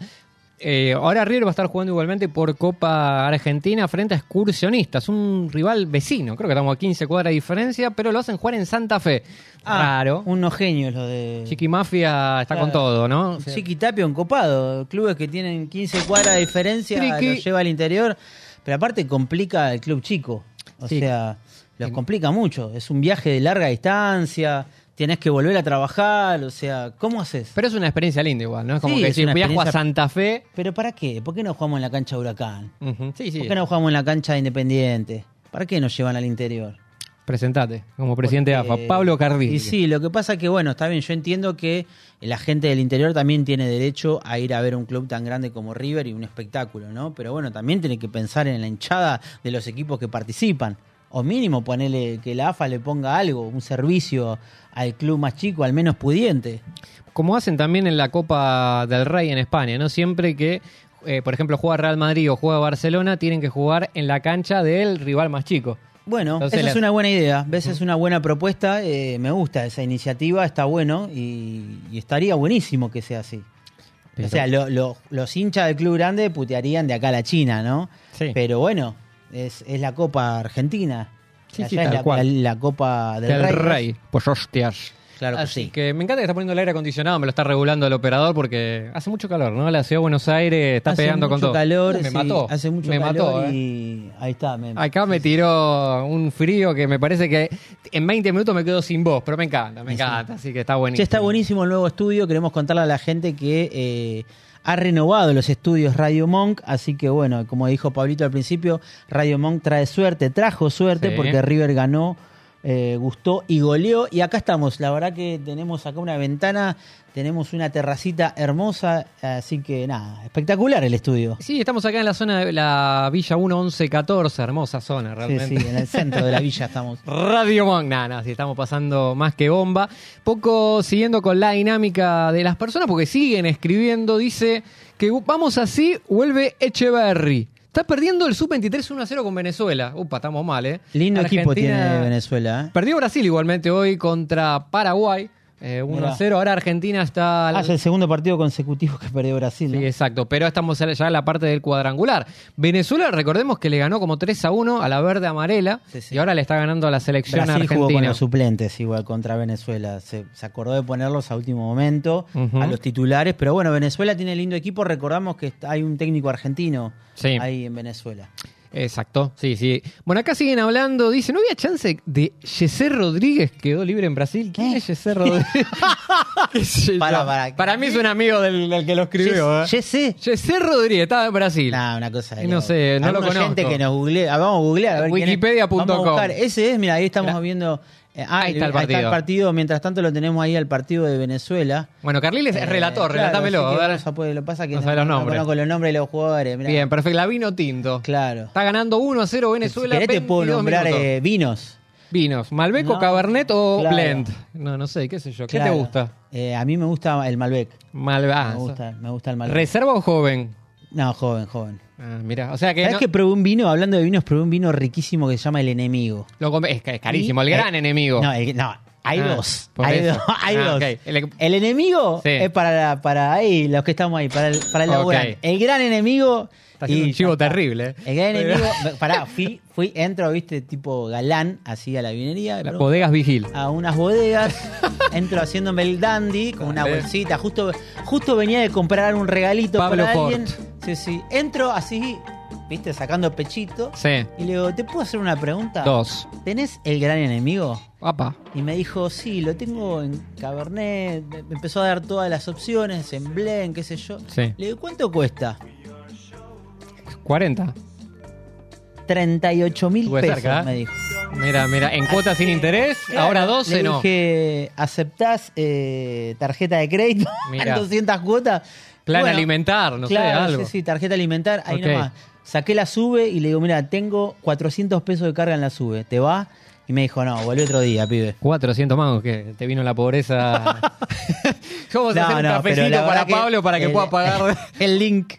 Speaker 3: Eh, ahora River va a estar jugando igualmente por Copa Argentina frente a Excursionistas, un rival vecino. Creo que estamos a 15 cuadras de diferencia, pero lo hacen jugar en Santa Fe. Raro.
Speaker 4: Ah, Unos genios los de.
Speaker 3: Chiqui Mafia está con
Speaker 4: Claro.
Speaker 3: todo, ¿no?
Speaker 4: Sí. Chiqui Tapia, un copado. Clubes que tienen 15 cuadras de diferencia,
Speaker 3: Triqui.
Speaker 4: los lleva al interior. Pero aparte complica el club chico. O
Speaker 3: Sí.
Speaker 4: sea, los complica mucho. Es un viaje de larga distancia, tenés que volver a trabajar. O sea, ¿cómo haces?
Speaker 3: Pero es una experiencia linda igual, ¿no? Es como
Speaker 4: Sí,
Speaker 3: que
Speaker 4: es
Speaker 3: si
Speaker 4: una
Speaker 3: viajo a
Speaker 4: experiencia-
Speaker 3: Santa Fe.
Speaker 4: ¿Pero para qué? ¿Por qué no jugamos en la cancha de Huracán?
Speaker 3: ujú, Sí, sí.
Speaker 4: ¿Por qué no jugamos en la cancha de Independiente? ¿Para qué nos llevan al interior?
Speaker 3: Presentate como presidente
Speaker 4: Porque- eh,
Speaker 3: de AFA, Pablo Cardillo.
Speaker 4: Y sí, lo que pasa que, bueno, está bien, yo entiendo que la gente del interior también tiene derecho a ir a ver un club tan grande como River y un espectáculo, ¿no? Pero bueno, también tiene que pensar en la hinchada de los equipos que participan. O mínimo ponerle que la AFA le ponga algo, un servicio al club más chico, al menos pudiente.
Speaker 3: Como hacen también en la Copa del Rey en España, ¿no? Siempre que, eh, por ejemplo, juega Real Madrid o juega Barcelona, tienen que jugar en la cancha del rival más chico.
Speaker 4: Bueno,
Speaker 3: Entonces,
Speaker 4: esa
Speaker 3: la-
Speaker 4: es una buena idea, ves, es una buena propuesta, eh, me gusta esa iniciativa, está bueno y- y estaría buenísimo que sea así. O sea, lo- lo- los hinchas del club grande putearían de acá a la China, ¿no?
Speaker 3: Sí.
Speaker 4: Pero bueno, es, es la Copa Argentina.
Speaker 3: Sí,
Speaker 4: Allá
Speaker 3: sí,
Speaker 4: es
Speaker 3: tal
Speaker 4: la,
Speaker 3: cual.
Speaker 4: la- la Copa del,
Speaker 3: del
Speaker 4: Rey.
Speaker 3: Rey.
Speaker 4: ¿no?
Speaker 3: Pues hostias.
Speaker 4: Claro que
Speaker 3: Así
Speaker 4: sí.
Speaker 3: que me encanta que está poniendo el aire acondicionado, me lo está regulando el operador porque hace mucho calor, ¿no? La ciudad de Buenos Aires está
Speaker 4: hace
Speaker 3: pegando
Speaker 4: mucho
Speaker 3: con todo.
Speaker 4: calor,
Speaker 3: Uh, me
Speaker 4: sí,
Speaker 3: mató.
Speaker 4: Hace mucho
Speaker 3: me
Speaker 4: calor
Speaker 3: mató. ¿eh?
Speaker 4: y ahí está. me-
Speaker 3: Acá me tiró un frío que me parece que en 20 minutos me quedo sin voz, pero me encanta, me
Speaker 4: Sí.
Speaker 3: encanta, así que está buenísimo.
Speaker 4: Che, está buenísimo el nuevo estudio. Queremos contarle a la gente que eh, ha renovado los estudios Radio Monk. Así que, bueno, como dijo Pablito al principio, Radio Monk trae suerte, trajo suerte
Speaker 3: Sí.
Speaker 4: porque River ganó, eh, gustó y goleó. Y acá estamos. La verdad que tenemos acá una ventana, tenemos una terracita hermosa. Así que, nada, espectacular el estudio.
Speaker 3: Sí, estamos acá en la zona de la Villa 1114, hermosa zona
Speaker 4: Sí,
Speaker 3: realmente.
Speaker 4: sí, en el centro de la villa estamos.
Speaker 3: Radio Monk, nada, nada, sí, estamos pasando más que bomba. Poco siguiendo con la dinámica de las personas, porque siguen escribiendo, dice que vamos así, vuelve Echeverry. Está perdiendo el sub-23 1-0 con Venezuela. Upa, estamos mal, ¿eh?
Speaker 4: Lindo equipo
Speaker 3: Argentina-
Speaker 4: tiene Venezuela. ¿eh?
Speaker 3: Perdió Brasil igualmente hoy contra Paraguay, eh, 1-0. Ahora Argentina está... al-
Speaker 4: Ah, es el segundo partido consecutivo que perdió Brasil. ¿no?
Speaker 3: Sí, exacto, pero estamos ya en la parte del cuadrangular. Venezuela, recordemos que le ganó como 3 a 1 a la verde amarela
Speaker 4: Sí, sí.
Speaker 3: y ahora le está ganando a la selección
Speaker 4: Brasil
Speaker 3: argentina.
Speaker 4: jugó con los suplentes igual contra Venezuela. Se, se acordó de ponerlos a último momento,
Speaker 3: Ujú.
Speaker 4: a los titulares. Pero bueno, Venezuela tiene lindo equipo. Recordamos que está- hay un técnico argentino
Speaker 3: Sí.
Speaker 4: ahí en Venezuela.
Speaker 3: Exacto, sí, sí. Bueno, acá siguen hablando, dice, ¿no había chance de Jessé Rodríguez quedó libre en Brasil? ¿Quién
Speaker 4: ¿Eh?
Speaker 3: es Jessé Rodríguez? ¿Qué sé yo?
Speaker 4: Para, para.
Speaker 3: mí es un amigo del, del que lo escribió. ¿eh?
Speaker 4: sé.
Speaker 3: Jessé Rodríguez, estaba en Brasil.
Speaker 4: Nah, una cosa de
Speaker 3: No
Speaker 4: loco.
Speaker 3: sé, no
Speaker 4: A
Speaker 3: lo
Speaker 4: una
Speaker 3: conozco.
Speaker 4: gente que nos google, ah, vamos a googlear. a ver quién es.
Speaker 3: Wikipedia.com.
Speaker 4: Vamos a buscar. Ese es, mira, ahí estamos
Speaker 3: Mirá.
Speaker 4: viendo. eh, ah,
Speaker 3: Ahí está el partido.
Speaker 4: Mientras tanto lo tenemos ahí al partido de Venezuela.
Speaker 3: Bueno, Carliles es
Speaker 4: Eh,
Speaker 3: relator,
Speaker 4: claro,
Speaker 3: relatámelo.
Speaker 4: así que
Speaker 3: a ver.
Speaker 4: vamos a poder- lo que pasa es que
Speaker 3: No
Speaker 4: no,
Speaker 3: sabe los
Speaker 4: no
Speaker 3: nombres.
Speaker 4: conozco los nombres de los jugadores. mirá.
Speaker 3: Bien, perfecto. La vino tinto.
Speaker 4: Claro.
Speaker 3: Está ganando 1 a 0
Speaker 4: Si
Speaker 3: Venezuela.
Speaker 4: querés te puedo
Speaker 3: 22
Speaker 4: nombrar
Speaker 3: minutos.
Speaker 4: eh, vinos.
Speaker 3: Vinos, Malbeco,
Speaker 4: No.
Speaker 3: Cabernet o
Speaker 4: Claro.
Speaker 3: Blend. No, no sé, qué sé yo. ¿Qué
Speaker 4: Claro.
Speaker 3: te gusta? Ah,
Speaker 4: Eh, a mí me gusta el Malbec.
Speaker 3: Malva.
Speaker 4: me, gusta, me gusta el Malbec.
Speaker 3: ¿Reserva o joven?
Speaker 4: no, joven, joven.
Speaker 3: Ah, mira, o sea que,
Speaker 4: ¿Sabés
Speaker 3: no-
Speaker 4: que probé un vino? Hablando de vinos, probé un vino riquísimo que se llama El Enemigo.
Speaker 3: lo com- es, es carísimo, el
Speaker 4: Y-
Speaker 3: gran
Speaker 4: eh,
Speaker 3: enemigo.
Speaker 4: No, el- no, hay
Speaker 3: Ah,
Speaker 4: dos.
Speaker 3: por
Speaker 4: Hay,
Speaker 3: eso.
Speaker 4: dos, hay
Speaker 3: Ah,
Speaker 4: dos. Eh,
Speaker 3: ok. El-
Speaker 4: El, enemigo
Speaker 3: Sí.
Speaker 4: es para, para ahí, los que estamos ahí, para el, para el
Speaker 3: Ok.
Speaker 4: laburante. El gran enemigo.
Speaker 3: Está haciendo
Speaker 4: y
Speaker 3: un chivo
Speaker 4: ya está.
Speaker 3: terrible. eh.
Speaker 4: El gran
Speaker 3: Pero-
Speaker 4: enemigo. Pará, fui, fui, entro, viste, tipo galán, así a la vinería. y
Speaker 3: Las
Speaker 4: pregunto,
Speaker 3: bodegas Vigil.
Speaker 4: a unas bodegas, entro haciéndome el dandy con una
Speaker 2: Dale.
Speaker 4: bolsita, justo, justo venía de comprar un regalito
Speaker 3: Pablo
Speaker 4: para
Speaker 3: Fort.
Speaker 4: alguien. Sí, sí. Entro así, viste, sacando pechito.
Speaker 3: Sí,
Speaker 4: Y le digo, ¿te puedo hacer una pregunta?
Speaker 3: dos.
Speaker 4: ¿Tenés el gran enemigo?
Speaker 3: Papá.
Speaker 4: Y me dijo, sí, lo tengo en Cabernet. Me me empezó a dar todas las opciones, en Blend, qué sé yo.
Speaker 3: Sí.
Speaker 4: Le digo, ¿cuánto cuesta?
Speaker 3: 40.
Speaker 4: 38 mil
Speaker 3: Estuve
Speaker 4: pesos,
Speaker 3: cerca, ¿eh?
Speaker 4: me dijo.
Speaker 3: Mira, mira, en cuotas sin interés,
Speaker 4: Claro,
Speaker 3: ahora 12
Speaker 4: le
Speaker 3: no.
Speaker 4: dije, ¿aceptás eh, tarjeta de crédito?
Speaker 3: Mirá.
Speaker 4: 200 cuotas.
Speaker 3: Plan
Speaker 4: Bueno,
Speaker 3: alimentar, no sé,
Speaker 4: claro,
Speaker 3: algo.
Speaker 4: Sí, sí, tarjeta alimentar. Ahí
Speaker 3: Ok.
Speaker 4: nomás. Saqué la sube y le digo, mira, tengo 400 pesos de carga en la sube. ¿Te va? Y Y me dijo, no, volví otro día, pibe.
Speaker 3: 400 mangos que te vino la pobreza. Vamos
Speaker 4: No,
Speaker 3: a hacer un
Speaker 4: no, pero
Speaker 3: cafecito
Speaker 4: la
Speaker 3: para
Speaker 4: verdad que
Speaker 3: Pablo para que
Speaker 4: el-
Speaker 3: pueda pagar. Ah,
Speaker 4: El link.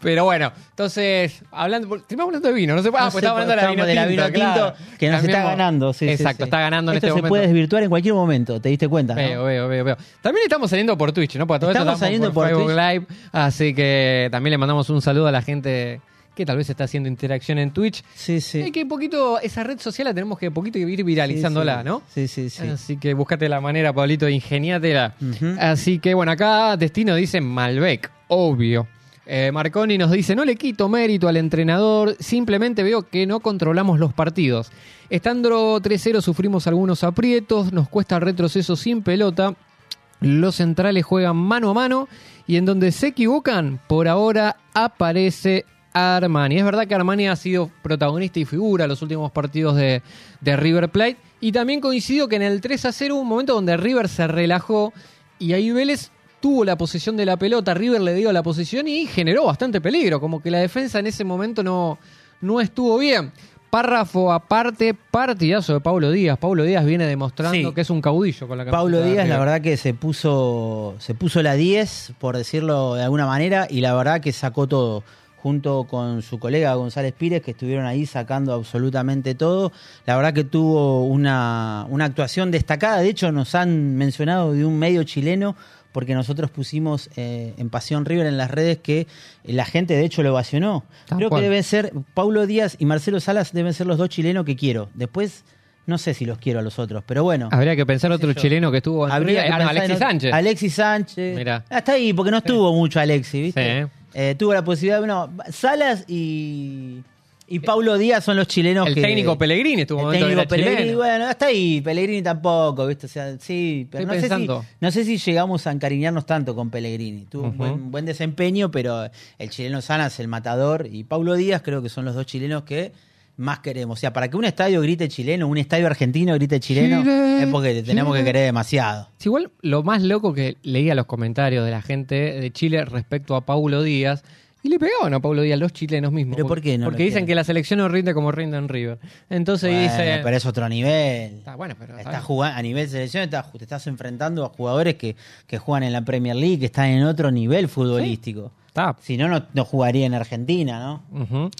Speaker 3: pero bueno, entonces, hablando, estamos hablando de vino, no se puede. Ah,
Speaker 4: No
Speaker 3: pues
Speaker 4: sé,
Speaker 3: estamos hablando de la vino
Speaker 4: estamos
Speaker 3: tinto,
Speaker 4: Vinotinto,
Speaker 3: claro.
Speaker 4: que nos está
Speaker 3: Cambiamos.
Speaker 4: ganando. sí, sí,
Speaker 3: Exacto,
Speaker 4: sí.
Speaker 3: está ganando en
Speaker 4: Esto
Speaker 3: este
Speaker 4: se
Speaker 3: momento. Eh,
Speaker 4: puede desvirtuar en cualquier momento, te diste cuenta. ¿no?
Speaker 3: Veo, veo, veo, veo. También estamos saliendo por Twitch, ¿no? Porque todo esto
Speaker 4: Estamos saliendo por
Speaker 3: Facebook Live, así que también le mandamos un saludo a la gente que tal vez está haciendo interacción en Twitch.
Speaker 4: Sí, sí.
Speaker 3: Hay que poquito, esa red social la tenemos que poquito ir viralizándola,
Speaker 4: Sí, sí.
Speaker 3: ¿no?
Speaker 4: Sí, sí, sí.
Speaker 3: Así que búscate la manera, Pablito, ingeniátela.
Speaker 4: Ujú.
Speaker 3: Así que bueno, acá Destino dice Malbec, obvio. Eh, Marconi nos dice, no le quito mérito al entrenador, simplemente veo que no controlamos los partidos. Estando 3-0 sufrimos algunos aprietos, nos cuesta retroceso sin pelota, los centrales juegan mano a mano y en donde se equivocan, por ahora aparece Armani. Es verdad que Armani ha sido protagonista y figura en los últimos partidos de, de River Plate. Y también coincido que en el 3 a 0 hubo un momento donde River se relajó y ahí Vélez tuvo la posesión de la pelota, River le dio la posesión y generó bastante peligro. Como que la defensa en ese momento no, no estuvo bien. Párrafo aparte, partidazo de Pablo Díaz. Pablo Díaz viene demostrando
Speaker 4: Sí.
Speaker 3: que es un caudillo con la camiseta
Speaker 4: Pablo
Speaker 3: de
Speaker 4: Díaz, la
Speaker 3: River.
Speaker 4: verdad que se puso, se puso la 10, por decirlo de alguna manera, y la verdad que sacó todo. Junto con su colega González Pires, que estuvieron ahí sacando absolutamente todo. La verdad que tuvo una, una actuación destacada. De hecho, nos han mencionado de un medio chileno, porque nosotros pusimos eh, en Pasión River en las redes que la gente, de hecho, lo ovacionó.
Speaker 3: Tal
Speaker 4: Creo
Speaker 3: cual.
Speaker 4: que deben ser Pablo Díaz y Marcelo Salas, deben ser los dos chilenos que quiero. Después, no sé si los quiero a los otros, pero bueno.
Speaker 3: Habría que pensar otro chileno que estuvo en
Speaker 4: Habría
Speaker 3: River.
Speaker 4: que
Speaker 3: Ah, no,
Speaker 4: pensar en
Speaker 3: Alexis
Speaker 4: otro-
Speaker 3: Sánchez.
Speaker 4: Alexis Sánchez.
Speaker 3: Mirá.
Speaker 4: Ah, Está ahí, porque no estuvo mucho Alexis, ¿viste?
Speaker 3: Sí.
Speaker 4: Eh, tuvo la posibilidad, bueno, Salas y, y Paulo Díaz son los chilenos
Speaker 3: el
Speaker 4: que...
Speaker 3: técnico Pellegrini estuvo en un
Speaker 4: el
Speaker 3: momento que
Speaker 4: técnico
Speaker 3: era
Speaker 4: Pellegrini,
Speaker 3: chileno.
Speaker 4: bueno, hasta ahí, Pellegrini tampoco, ¿viste? O sea, sí, pero
Speaker 3: Estoy
Speaker 4: no sé, si,
Speaker 3: pensando.
Speaker 4: no sé si llegamos a encariñarnos tanto con Pellegrini. Tuvo
Speaker 3: Ujú.
Speaker 4: un buen, buen desempeño, pero el chileno Salas, el matador, y Paulo Díaz creo que son los dos chilenos que más queremos. O sea, para que un estadio grite chileno, un estadio argentino grite chileno,
Speaker 3: Chile,
Speaker 4: es porque te tenemos que
Speaker 3: Chile.
Speaker 4: querer demasiado.
Speaker 3: Sí, Igual lo más loco que leía los comentarios de la gente de Chile respecto a Paulo Díaz. Y le pegaban a Paulo Díaz los chilenos mismos.
Speaker 4: ¿Pero por qué no lo
Speaker 3: Porque dicen
Speaker 4: quieren?
Speaker 3: que la selección no rinde como rinde en River. Entonces
Speaker 4: Bueno,
Speaker 3: dice.
Speaker 4: pero es otro nivel.
Speaker 3: Está bueno, pero.
Speaker 4: Estás jugando, a nivel selección está- te estás enfrentando a jugadores que, que juegan en la Premier League, que están en otro nivel futbolístico.
Speaker 3: Está.
Speaker 4: Si no, no, no jugaría en Argentina, ¿no?
Speaker 3: Ujú.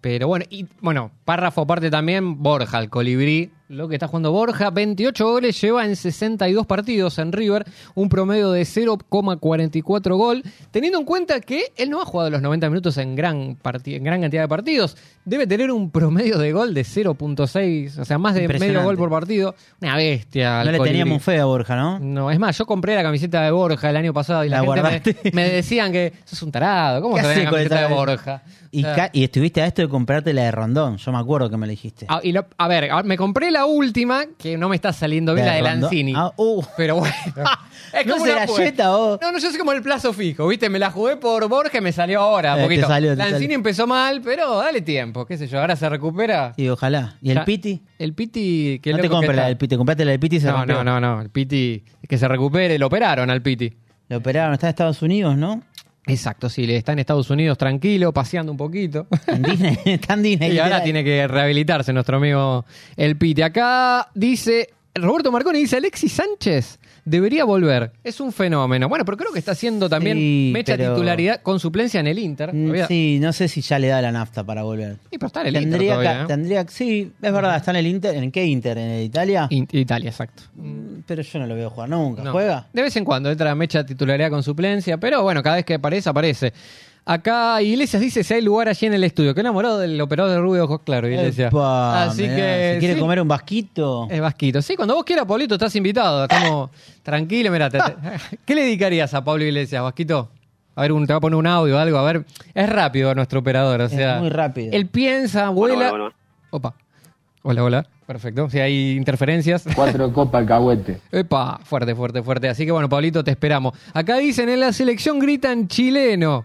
Speaker 3: Pero bueno, y bueno, párrafo aparte también, Borja, el colibrí, lo que está jugando Borja, 28 goles lleva en 62 partidos en River, un promedio de 0,44 gol, teniendo en cuenta que él no ha jugado los 90 minutos en gran, parti- en gran cantidad de partidos, debe tener un promedio de gol de 0,6, o sea, más de medio
Speaker 4: Impresionante.
Speaker 3: gol por partido, una bestia. al
Speaker 4: No le
Speaker 3: colibrí.
Speaker 4: teníamos fe a Borja, ¿no?
Speaker 3: No, es más, yo compré la camiseta de Borja el año pasado y la,
Speaker 4: La
Speaker 3: gente me-
Speaker 4: guardaste.
Speaker 3: me, decían que sos un tarado, ¿cómo
Speaker 4: ¿Qué
Speaker 3: te la
Speaker 4: haces con
Speaker 3: camiseta
Speaker 4: esa
Speaker 3: de
Speaker 4: cabeza?
Speaker 3: Borja?
Speaker 4: Y,
Speaker 3: O sea,
Speaker 4: ca- y estuviste a esto de comprarte la de Rondón. Yo me acuerdo que me lo dijiste.
Speaker 3: Ah, y lo- a ver, a- me compré la última, que no me está saliendo bien, la de
Speaker 4: Rondón.
Speaker 3: Lanzini.
Speaker 4: Ah, uh.
Speaker 3: Pero bueno.
Speaker 4: No
Speaker 3: como
Speaker 4: se
Speaker 3: una
Speaker 4: la
Speaker 3: jue-
Speaker 4: yeta, vos.
Speaker 3: No, no, yo soy como el plazo fijo, ¿viste? Me la jugué por Borges y me salió ahora,
Speaker 4: Eh, te
Speaker 3: poquito.
Speaker 4: salió, te
Speaker 3: Lanzini
Speaker 4: salió.
Speaker 3: empezó mal, pero dale tiempo, qué sé yo, ahora se recupera.
Speaker 4: Y ojalá. ¿Y el
Speaker 3: Ya-
Speaker 4: Piti?
Speaker 3: El Piti... qué
Speaker 4: No te
Speaker 3: loco que
Speaker 4: compres la
Speaker 3: está.
Speaker 4: del Piti. Compraste la del Piti y se
Speaker 3: No,
Speaker 4: rompió.
Speaker 3: no, no, no, el Piti, que se recupere, lo operaron al Piti.
Speaker 4: Lo operaron. Está en Estados Unidos, ¿no?
Speaker 3: Exacto, sí, le está en Estados Unidos tranquilo, paseando un poquito.
Speaker 4: En Disney. está en Disney.
Speaker 3: Y ahora
Speaker 4: literal.
Speaker 3: tiene que rehabilitarse nuestro amigo El Pite. Acá dice, Roberto Marconi dice, Alexis Sánchez debería volver. Es un fenómeno. Bueno, pero creo que está haciendo también
Speaker 4: Sí,
Speaker 3: mecha
Speaker 4: pero-
Speaker 3: titularidad con suplencia en el Inter.
Speaker 4: Mm,
Speaker 3: Había- Sí,
Speaker 4: Sí, no sé si ya le da la nafta para volver.
Speaker 3: pero está en el
Speaker 4: tendría,
Speaker 3: Inter todavía,
Speaker 4: que-
Speaker 3: ¿eh? Mm.
Speaker 4: tendría que- sí, es verdad, está en el Inter, ¿en qué Inter? ¿En el Italia?
Speaker 3: In- Italia, exacto.
Speaker 4: Mm, Pero yo no lo veo jugar nunca,
Speaker 3: No.
Speaker 4: ¿juega?
Speaker 3: De vez en cuando entra mecha titularidad con suplencia, pero bueno, cada vez que aparece, aparece. Acá Iglesias dice si hay lugar allí en el estudio. Qué enamorado del operador de Rubio Ojos Claro, Iglesias.
Speaker 4: Epa,
Speaker 3: Así
Speaker 4: mirá,
Speaker 3: que.
Speaker 4: si quiere
Speaker 3: sí. Eh,
Speaker 4: comer un vasquito,
Speaker 3: Es vasquito. Sí, cuando vos quieras, Pablito, estás invitado. Estamos tranquilos. Mirá, te- te- ¿qué le dedicarías a Pablo Iglesias, Vasquito? A ver, un, te va a poner un audio o algo. A ver, es rápido nuestro operador. O
Speaker 4: Es
Speaker 3: sea,
Speaker 4: muy rápido.
Speaker 3: Él piensa, vuela.
Speaker 6: Hola, hola, hola.
Speaker 3: Opa. Hola, hola. Perfecto. Si hay interferencias.
Speaker 7: Cuatro copas alcahuete.
Speaker 3: Epa, fuerte, fuerte, fuerte. Así que bueno, Pablito, te esperamos. Acá dicen, en la selección gritan chileno.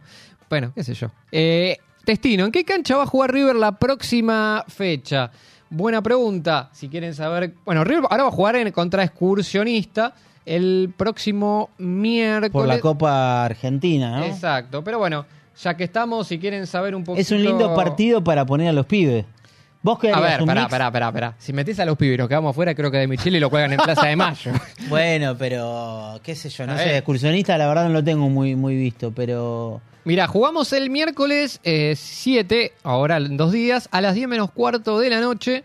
Speaker 3: Bueno, qué sé yo. Eh, Testino, ¿en qué cancha va a jugar River la próxima fecha? Buena pregunta. Si quieren saber. Bueno, River ahora va a jugar en contra excursionista el próximo miércoles.
Speaker 4: por la Copa Argentina, ¿no?
Speaker 3: Exacto, pero bueno, ya que estamos, si quieren saber un poco.
Speaker 4: Es un lindo partido para poner a los pibes. Vos
Speaker 3: A
Speaker 4: quedarías
Speaker 3: ver,
Speaker 4: un
Speaker 3: pará,
Speaker 4: mix-
Speaker 3: pará, pará, pará. Si metés a los pibes y nos quedamos afuera, creo que de Michelle y lo cuelgan en Plaza de Mayo.
Speaker 4: Bueno, pero qué sé yo, no
Speaker 3: A
Speaker 4: sé,
Speaker 3: ver.
Speaker 4: excursionista la verdad no lo tengo muy, muy visto, pero
Speaker 3: Mira, jugamos el miércoles eh, 7, ahora en dos días, a las 10 menos cuarto de la noche,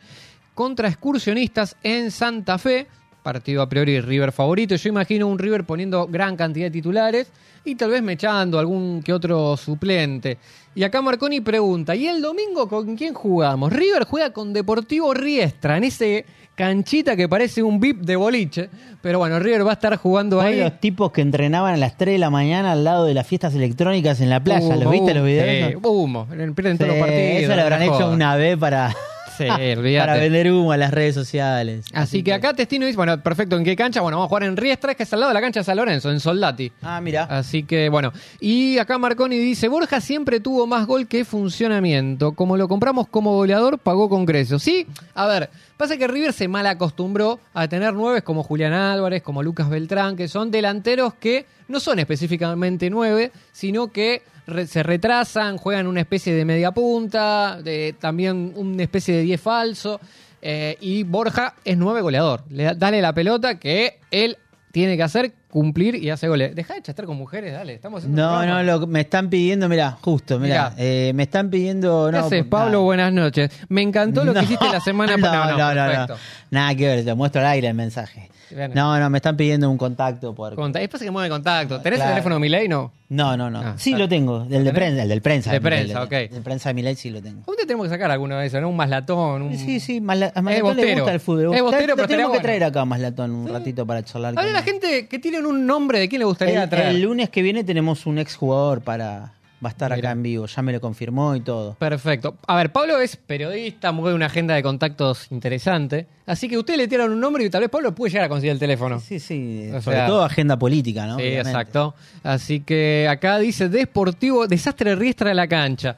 Speaker 3: contra excursionistas en Santa Fe. Partido a priori River favorito. Yo imagino un River poniendo gran cantidad de titulares y tal vez mechando algún que otro suplente. Y acá Marconi pregunta: ¿Y el domingo con quién jugamos? River juega con Deportivo Riestra, en ese canchita que parece un VIP de boliche. Pero bueno, River va a estar jugando
Speaker 4: Son
Speaker 3: ahí.
Speaker 4: los tipos que entrenaban a las 3 de la mañana al lado de las fiestas electrónicas en la playa.
Speaker 3: Humo,
Speaker 4: ¿Los viste los
Speaker 3: humo,
Speaker 4: videos?
Speaker 3: Uh, sí,
Speaker 4: esos?
Speaker 3: humo. Pierden todos los
Speaker 4: Sí,
Speaker 3: partidos.
Speaker 4: eso lo habrán
Speaker 3: no
Speaker 4: hecho
Speaker 3: jodan.
Speaker 4: una vez para,
Speaker 3: Sí,
Speaker 4: para
Speaker 3: olvídate.
Speaker 4: vender humo a las redes sociales.
Speaker 3: Así que acá Testino dice, bueno, perfecto, ¿en qué cancha? Bueno, vamos a jugar en Riestra, que es al lado de la cancha de San Lorenzo, en Soldati.
Speaker 4: Ah, mira.
Speaker 3: Así que bueno, y acá Marconi dice, Borja siempre tuvo más gol que funcionamiento. Como lo compramos como goleador, pagó con creces. Sí, a ver, pasa que River se mal acostumbró a tener nueves como Julián Álvarez, como Lucas Beltrán, que son delanteros que no son específicamente nueve, sino que re- se retrasan, juegan una especie de media punta, de, también una especie de 10 falso. Eh, y Borja es nueve goleador. Le, da- dale la pelota que él tiene que hacer cumplir y hace goles. Deja de chastar con mujeres, dale. Estamos haciendo un
Speaker 4: No,
Speaker 3: programa.
Speaker 4: no, lo- me están pidiendo, mira, justo, mira,
Speaker 3: Mirá.
Speaker 4: me están pidiendo.
Speaker 3: ¿Qué
Speaker 4: No,
Speaker 3: haces,
Speaker 4: nada.
Speaker 3: Pablo? Buenas noches. Me encantó lo que
Speaker 4: No,
Speaker 3: hiciste la semana
Speaker 4: no,
Speaker 3: pasada.
Speaker 4: no, no, no.
Speaker 3: perfecto.
Speaker 4: Nada que ver, te muestro al aire el mensaje.
Speaker 3: Bueno.
Speaker 4: No, no, me están pidiendo un contacto por.
Speaker 3: Conta- Es pasa que mueve contacto. ¿Tenés
Speaker 4: Claro.
Speaker 3: el teléfono de Milei? No.
Speaker 4: No, no, no.
Speaker 3: Ah,
Speaker 4: sí,
Speaker 3: está.
Speaker 4: lo tengo. El de
Speaker 3: tenés?
Speaker 4: prensa, el del prensa.
Speaker 3: De
Speaker 4: el del-
Speaker 3: prensa,
Speaker 4: del-
Speaker 3: ok.
Speaker 4: del prensa de Milei sí lo tengo.
Speaker 3: ¿Cómo te tenemos que sacar alguna de esas? ¿no? Un maslatón. Un...
Speaker 4: Sí, sí, Masla- a
Speaker 3: Mm. Es
Speaker 4: Maslatón le
Speaker 3: bostero.
Speaker 4: gusta el fútbol.
Speaker 3: Es bostero,
Speaker 4: Te- te
Speaker 3: pero estaría
Speaker 4: tenemos que
Speaker 3: bueno.
Speaker 4: traer acá a Maslatón un ratito para charlar.
Speaker 3: Ahora
Speaker 4: con
Speaker 3: la
Speaker 4: él.
Speaker 3: gente que tienen un nombre de quién le gustaría
Speaker 4: El,
Speaker 3: traer.
Speaker 4: el lunes que viene tenemos un exjugador para... Va a estar
Speaker 3: Mira.
Speaker 4: acá en vivo, ya me lo confirmó y todo.
Speaker 3: Perfecto. A ver, Pablo es periodista, mueve una agenda de contactos interesante. Así que ustedes le tiraron un nombre y tal vez Pablo puede llegar a conseguir el teléfono.
Speaker 4: Sí, sí,
Speaker 3: O
Speaker 4: sobre
Speaker 3: sea-
Speaker 4: todo agenda política, ¿no?
Speaker 3: Sí,
Speaker 4: Obviamente.
Speaker 3: exacto. Así que acá dice Desportivo, desastre riestra de la cancha.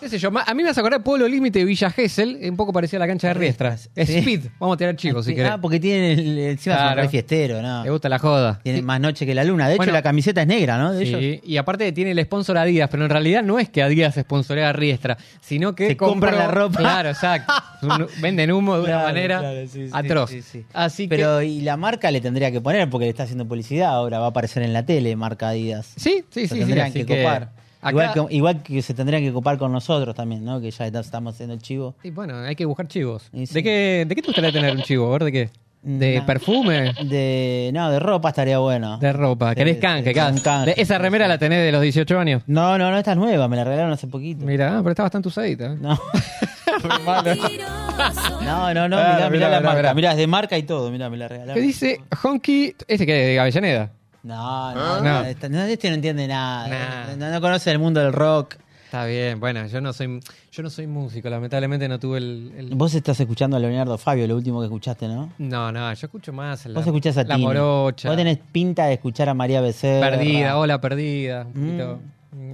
Speaker 3: ¿Qué sé yo? ma- A mí me hace acordar Pueblo Límite Villa Gesell, un poco parecida a la cancha de riestras.
Speaker 4: Sí.
Speaker 3: Speed, vamos a tirar chicos si
Speaker 4: Sí,
Speaker 3: querés.
Speaker 4: Ah, porque tiene el, encima es
Speaker 3: Claro.
Speaker 4: un re fiestero, ¿no?
Speaker 3: Me gusta la joda.
Speaker 4: Tiene más noche que la luna. De hecho,
Speaker 3: Bueno.
Speaker 4: la camiseta es negra, ¿no? De
Speaker 3: Sí,
Speaker 4: ellos.
Speaker 3: y aparte tiene el sponsor Adidas, pero en realidad no es que Adidas sponsorea a Riestra, sino que
Speaker 4: Se compra
Speaker 3: compró-
Speaker 4: la ropa.
Speaker 3: Claro, exacto. Un- Venden humo de una
Speaker 4: Claro,
Speaker 3: manera
Speaker 4: claro, sí, sí,
Speaker 3: atroz.
Speaker 4: sí, sí.
Speaker 3: Así que
Speaker 4: Pero y la marca le tendría que poner porque le está haciendo publicidad ahora, va a aparecer en la tele, marca Adidas.
Speaker 3: sí, sí, sí,
Speaker 4: Se
Speaker 3: sí,
Speaker 4: tendrían
Speaker 3: así
Speaker 4: que
Speaker 3: que
Speaker 4: copar.
Speaker 3: acá-
Speaker 4: Igual, que, igual que se tendrían que copar con nosotros también, ¿no? Que ya está- estamos haciendo el chivo.
Speaker 3: Y bueno, hay que buscar chivos.
Speaker 4: Y sí.
Speaker 3: ¿De, qué, ¿De qué te gustaría tener un chivo? A ver, ¿de qué? ¿De
Speaker 4: No.
Speaker 3: perfume?
Speaker 4: De, no, de ropa estaría bueno.
Speaker 3: De ropa.
Speaker 4: Sí,
Speaker 3: ¿Querés
Speaker 4: sí,
Speaker 3: canje?
Speaker 4: sí,
Speaker 3: acá?
Speaker 4: un canje,
Speaker 3: ¿Esa
Speaker 4: sí,
Speaker 3: remera
Speaker 4: sí.
Speaker 3: la tenés de los 18 años?
Speaker 4: No, no, no, esta es nueva, me la regalaron hace poquito.
Speaker 3: Mira, ah, pero está bastante usadita. ¿eh?
Speaker 4: No, no, no, no
Speaker 3: Ah, mirá,
Speaker 4: mirá, mirá
Speaker 3: mirá,
Speaker 4: la
Speaker 3: mirá.
Speaker 4: marca. Mirá, es de marca y todo, mirá, me la regalaron.
Speaker 3: ¿Qué dice Honky? ¿Ese que es de Avellaneda?
Speaker 4: No, no,
Speaker 3: No.
Speaker 4: no, esta- no, este no entiende nada.
Speaker 3: Nah.
Speaker 4: No, no conoce el mundo del rock.
Speaker 3: Está bien, bueno, yo no soy yo no soy músico, lamentablemente no tuve el... el-
Speaker 4: Vos estás escuchando a Leonardo Fabio, lo último que escuchaste, ¿no?
Speaker 3: No, no, yo escucho más la,
Speaker 4: Vos escuchás a
Speaker 3: la
Speaker 4: Tini.
Speaker 3: morocha,
Speaker 4: Vos tenés pinta de escuchar a María Becerra.
Speaker 3: perdida, hola perdida, un poquito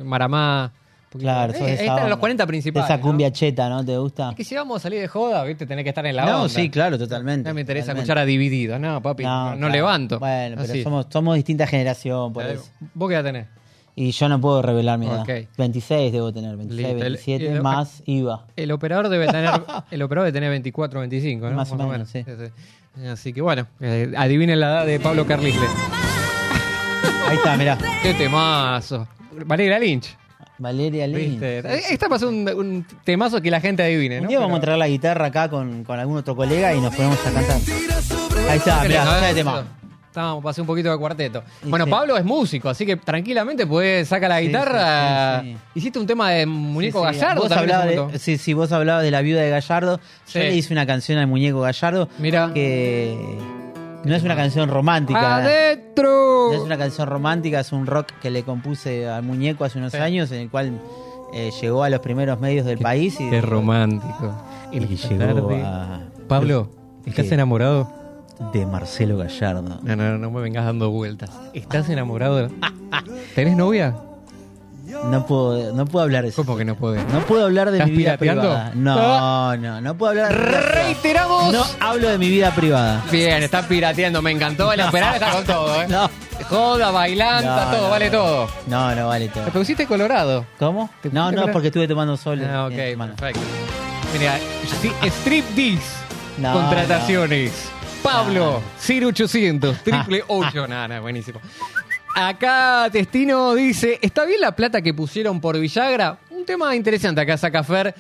Speaker 3: Maramá. un poquito-
Speaker 4: Mm. Claro,
Speaker 3: Eh,
Speaker 4: sos de esa
Speaker 3: ahí están
Speaker 4: onda.
Speaker 3: los 40 principales.
Speaker 4: Esa cumbia
Speaker 3: ¿no?
Speaker 4: cheta, ¿no? ¿Te gusta?
Speaker 3: Es que si vamos a salir de joda, viste, tenés que estar en la
Speaker 4: no,
Speaker 3: onda.
Speaker 4: sí, claro, totalmente.
Speaker 3: No me interesa
Speaker 4: totalmente.
Speaker 3: escuchar a Dividido, no, papi, no, no
Speaker 4: claro.
Speaker 3: levanto.
Speaker 4: Bueno, pero
Speaker 3: Así.
Speaker 4: somos, somos distinta generación, por
Speaker 3: Eh,
Speaker 4: eso.
Speaker 3: ¿Vos qué edad tenés?
Speaker 4: Y yo no puedo revelar mi edad.
Speaker 3: Ok.
Speaker 4: 26 debo tener, 26,
Speaker 3: Listo, el-
Speaker 4: 27,
Speaker 3: el-
Speaker 4: más IVA.
Speaker 3: El operador debe tener, el operador debe tener 24, 25, ¿no?
Speaker 4: Más o menos, sí.
Speaker 3: sí. Así que bueno, eh, adivinen la edad de Pablo Carlisle.
Speaker 4: Ahí está, mirá.
Speaker 3: Qué temazo. Valeria Lynch.
Speaker 4: Valeria Lynch.
Speaker 3: ¿viste? Eh, Esta pasó un, un temazo que la gente adivine,
Speaker 4: Un
Speaker 3: ¿no?
Speaker 4: día vamos a
Speaker 3: Pero-
Speaker 4: traer la guitarra acá con, con algún otro colega y nos ponemos a cantar. Ahí está, mirá,
Speaker 3: Creo,
Speaker 4: ya
Speaker 3: ¿eh?
Speaker 4: de tema.
Speaker 3: Estábamos, pasé un poquito de cuarteto.
Speaker 4: Y
Speaker 3: Bueno,
Speaker 4: sí.
Speaker 3: Pablo es músico, así que tranquilamente puede saca la
Speaker 4: Sí,
Speaker 3: guitarra.
Speaker 4: sí, sí, sí.
Speaker 3: Hiciste un tema de Muñeco
Speaker 4: Sí, sí,
Speaker 3: Gallardo
Speaker 4: vos
Speaker 3: también. en
Speaker 4: hablabas
Speaker 3: su
Speaker 4: de,
Speaker 3: momento.
Speaker 4: sí, sí, vos hablabas de la viuda de Gallardo.
Speaker 3: Sí.
Speaker 4: Yo le hice una canción al muñeco Gallardo
Speaker 3: Mirá. Ah,
Speaker 4: que no es una canción romántica.
Speaker 3: ¡Adentro!
Speaker 4: No es una canción romántica, es un rock que le compuse al muñeco hace unos
Speaker 3: Sí.
Speaker 4: años, en el cual eh, llegó a los primeros medios del país. Y,
Speaker 3: Qué romántico.
Speaker 4: y
Speaker 3: En esta
Speaker 4: llegó
Speaker 3: tarde.
Speaker 4: a-
Speaker 3: Pablo, ¿estás
Speaker 4: ¿Qué?
Speaker 3: enamorado?
Speaker 4: de Marcelo Gallardo.
Speaker 3: No, no, no me vengas dando vueltas. ¿Estás enamorado? de- ¿Tenés novia?
Speaker 4: No puedo, no puedo hablar de eso.
Speaker 3: ¿Cómo que no podés?
Speaker 4: No puedo hablar de
Speaker 3: ¿Estás
Speaker 4: mi vida
Speaker 3: pirateando? Ah.
Speaker 4: privada. No, no, no puedo hablar de mi vida privada.
Speaker 3: ¡Reiteramos!
Speaker 4: No hablo de mi vida privada.
Speaker 3: Bien, está pirateando, me encantó. El operador está con todo, ¿eh?
Speaker 4: No.
Speaker 3: Joda, bailanta,
Speaker 4: No,
Speaker 3: todo,
Speaker 4: no,
Speaker 3: vale
Speaker 4: no.
Speaker 3: todo.
Speaker 4: No, no vale todo.
Speaker 3: Te pusiste colorado.
Speaker 4: ¿Cómo?
Speaker 3: ¿Te
Speaker 4: No,
Speaker 3: pusiste
Speaker 4: no,
Speaker 3: colorado?
Speaker 4: porque estuve tomando sol.
Speaker 3: Ah,
Speaker 4: el fin de
Speaker 3: ok,
Speaker 4: semana.
Speaker 3: perfecto. Mira, sí, strip dis
Speaker 4: No,
Speaker 3: contrataciones. Pablo,
Speaker 4: Ah.
Speaker 3: Ciro 800, triple 8. Nada, buenísimo. Acá Testino dice, ¿está bien la plata que pusieron por Villagra? Un tema interesante acá saca Fer.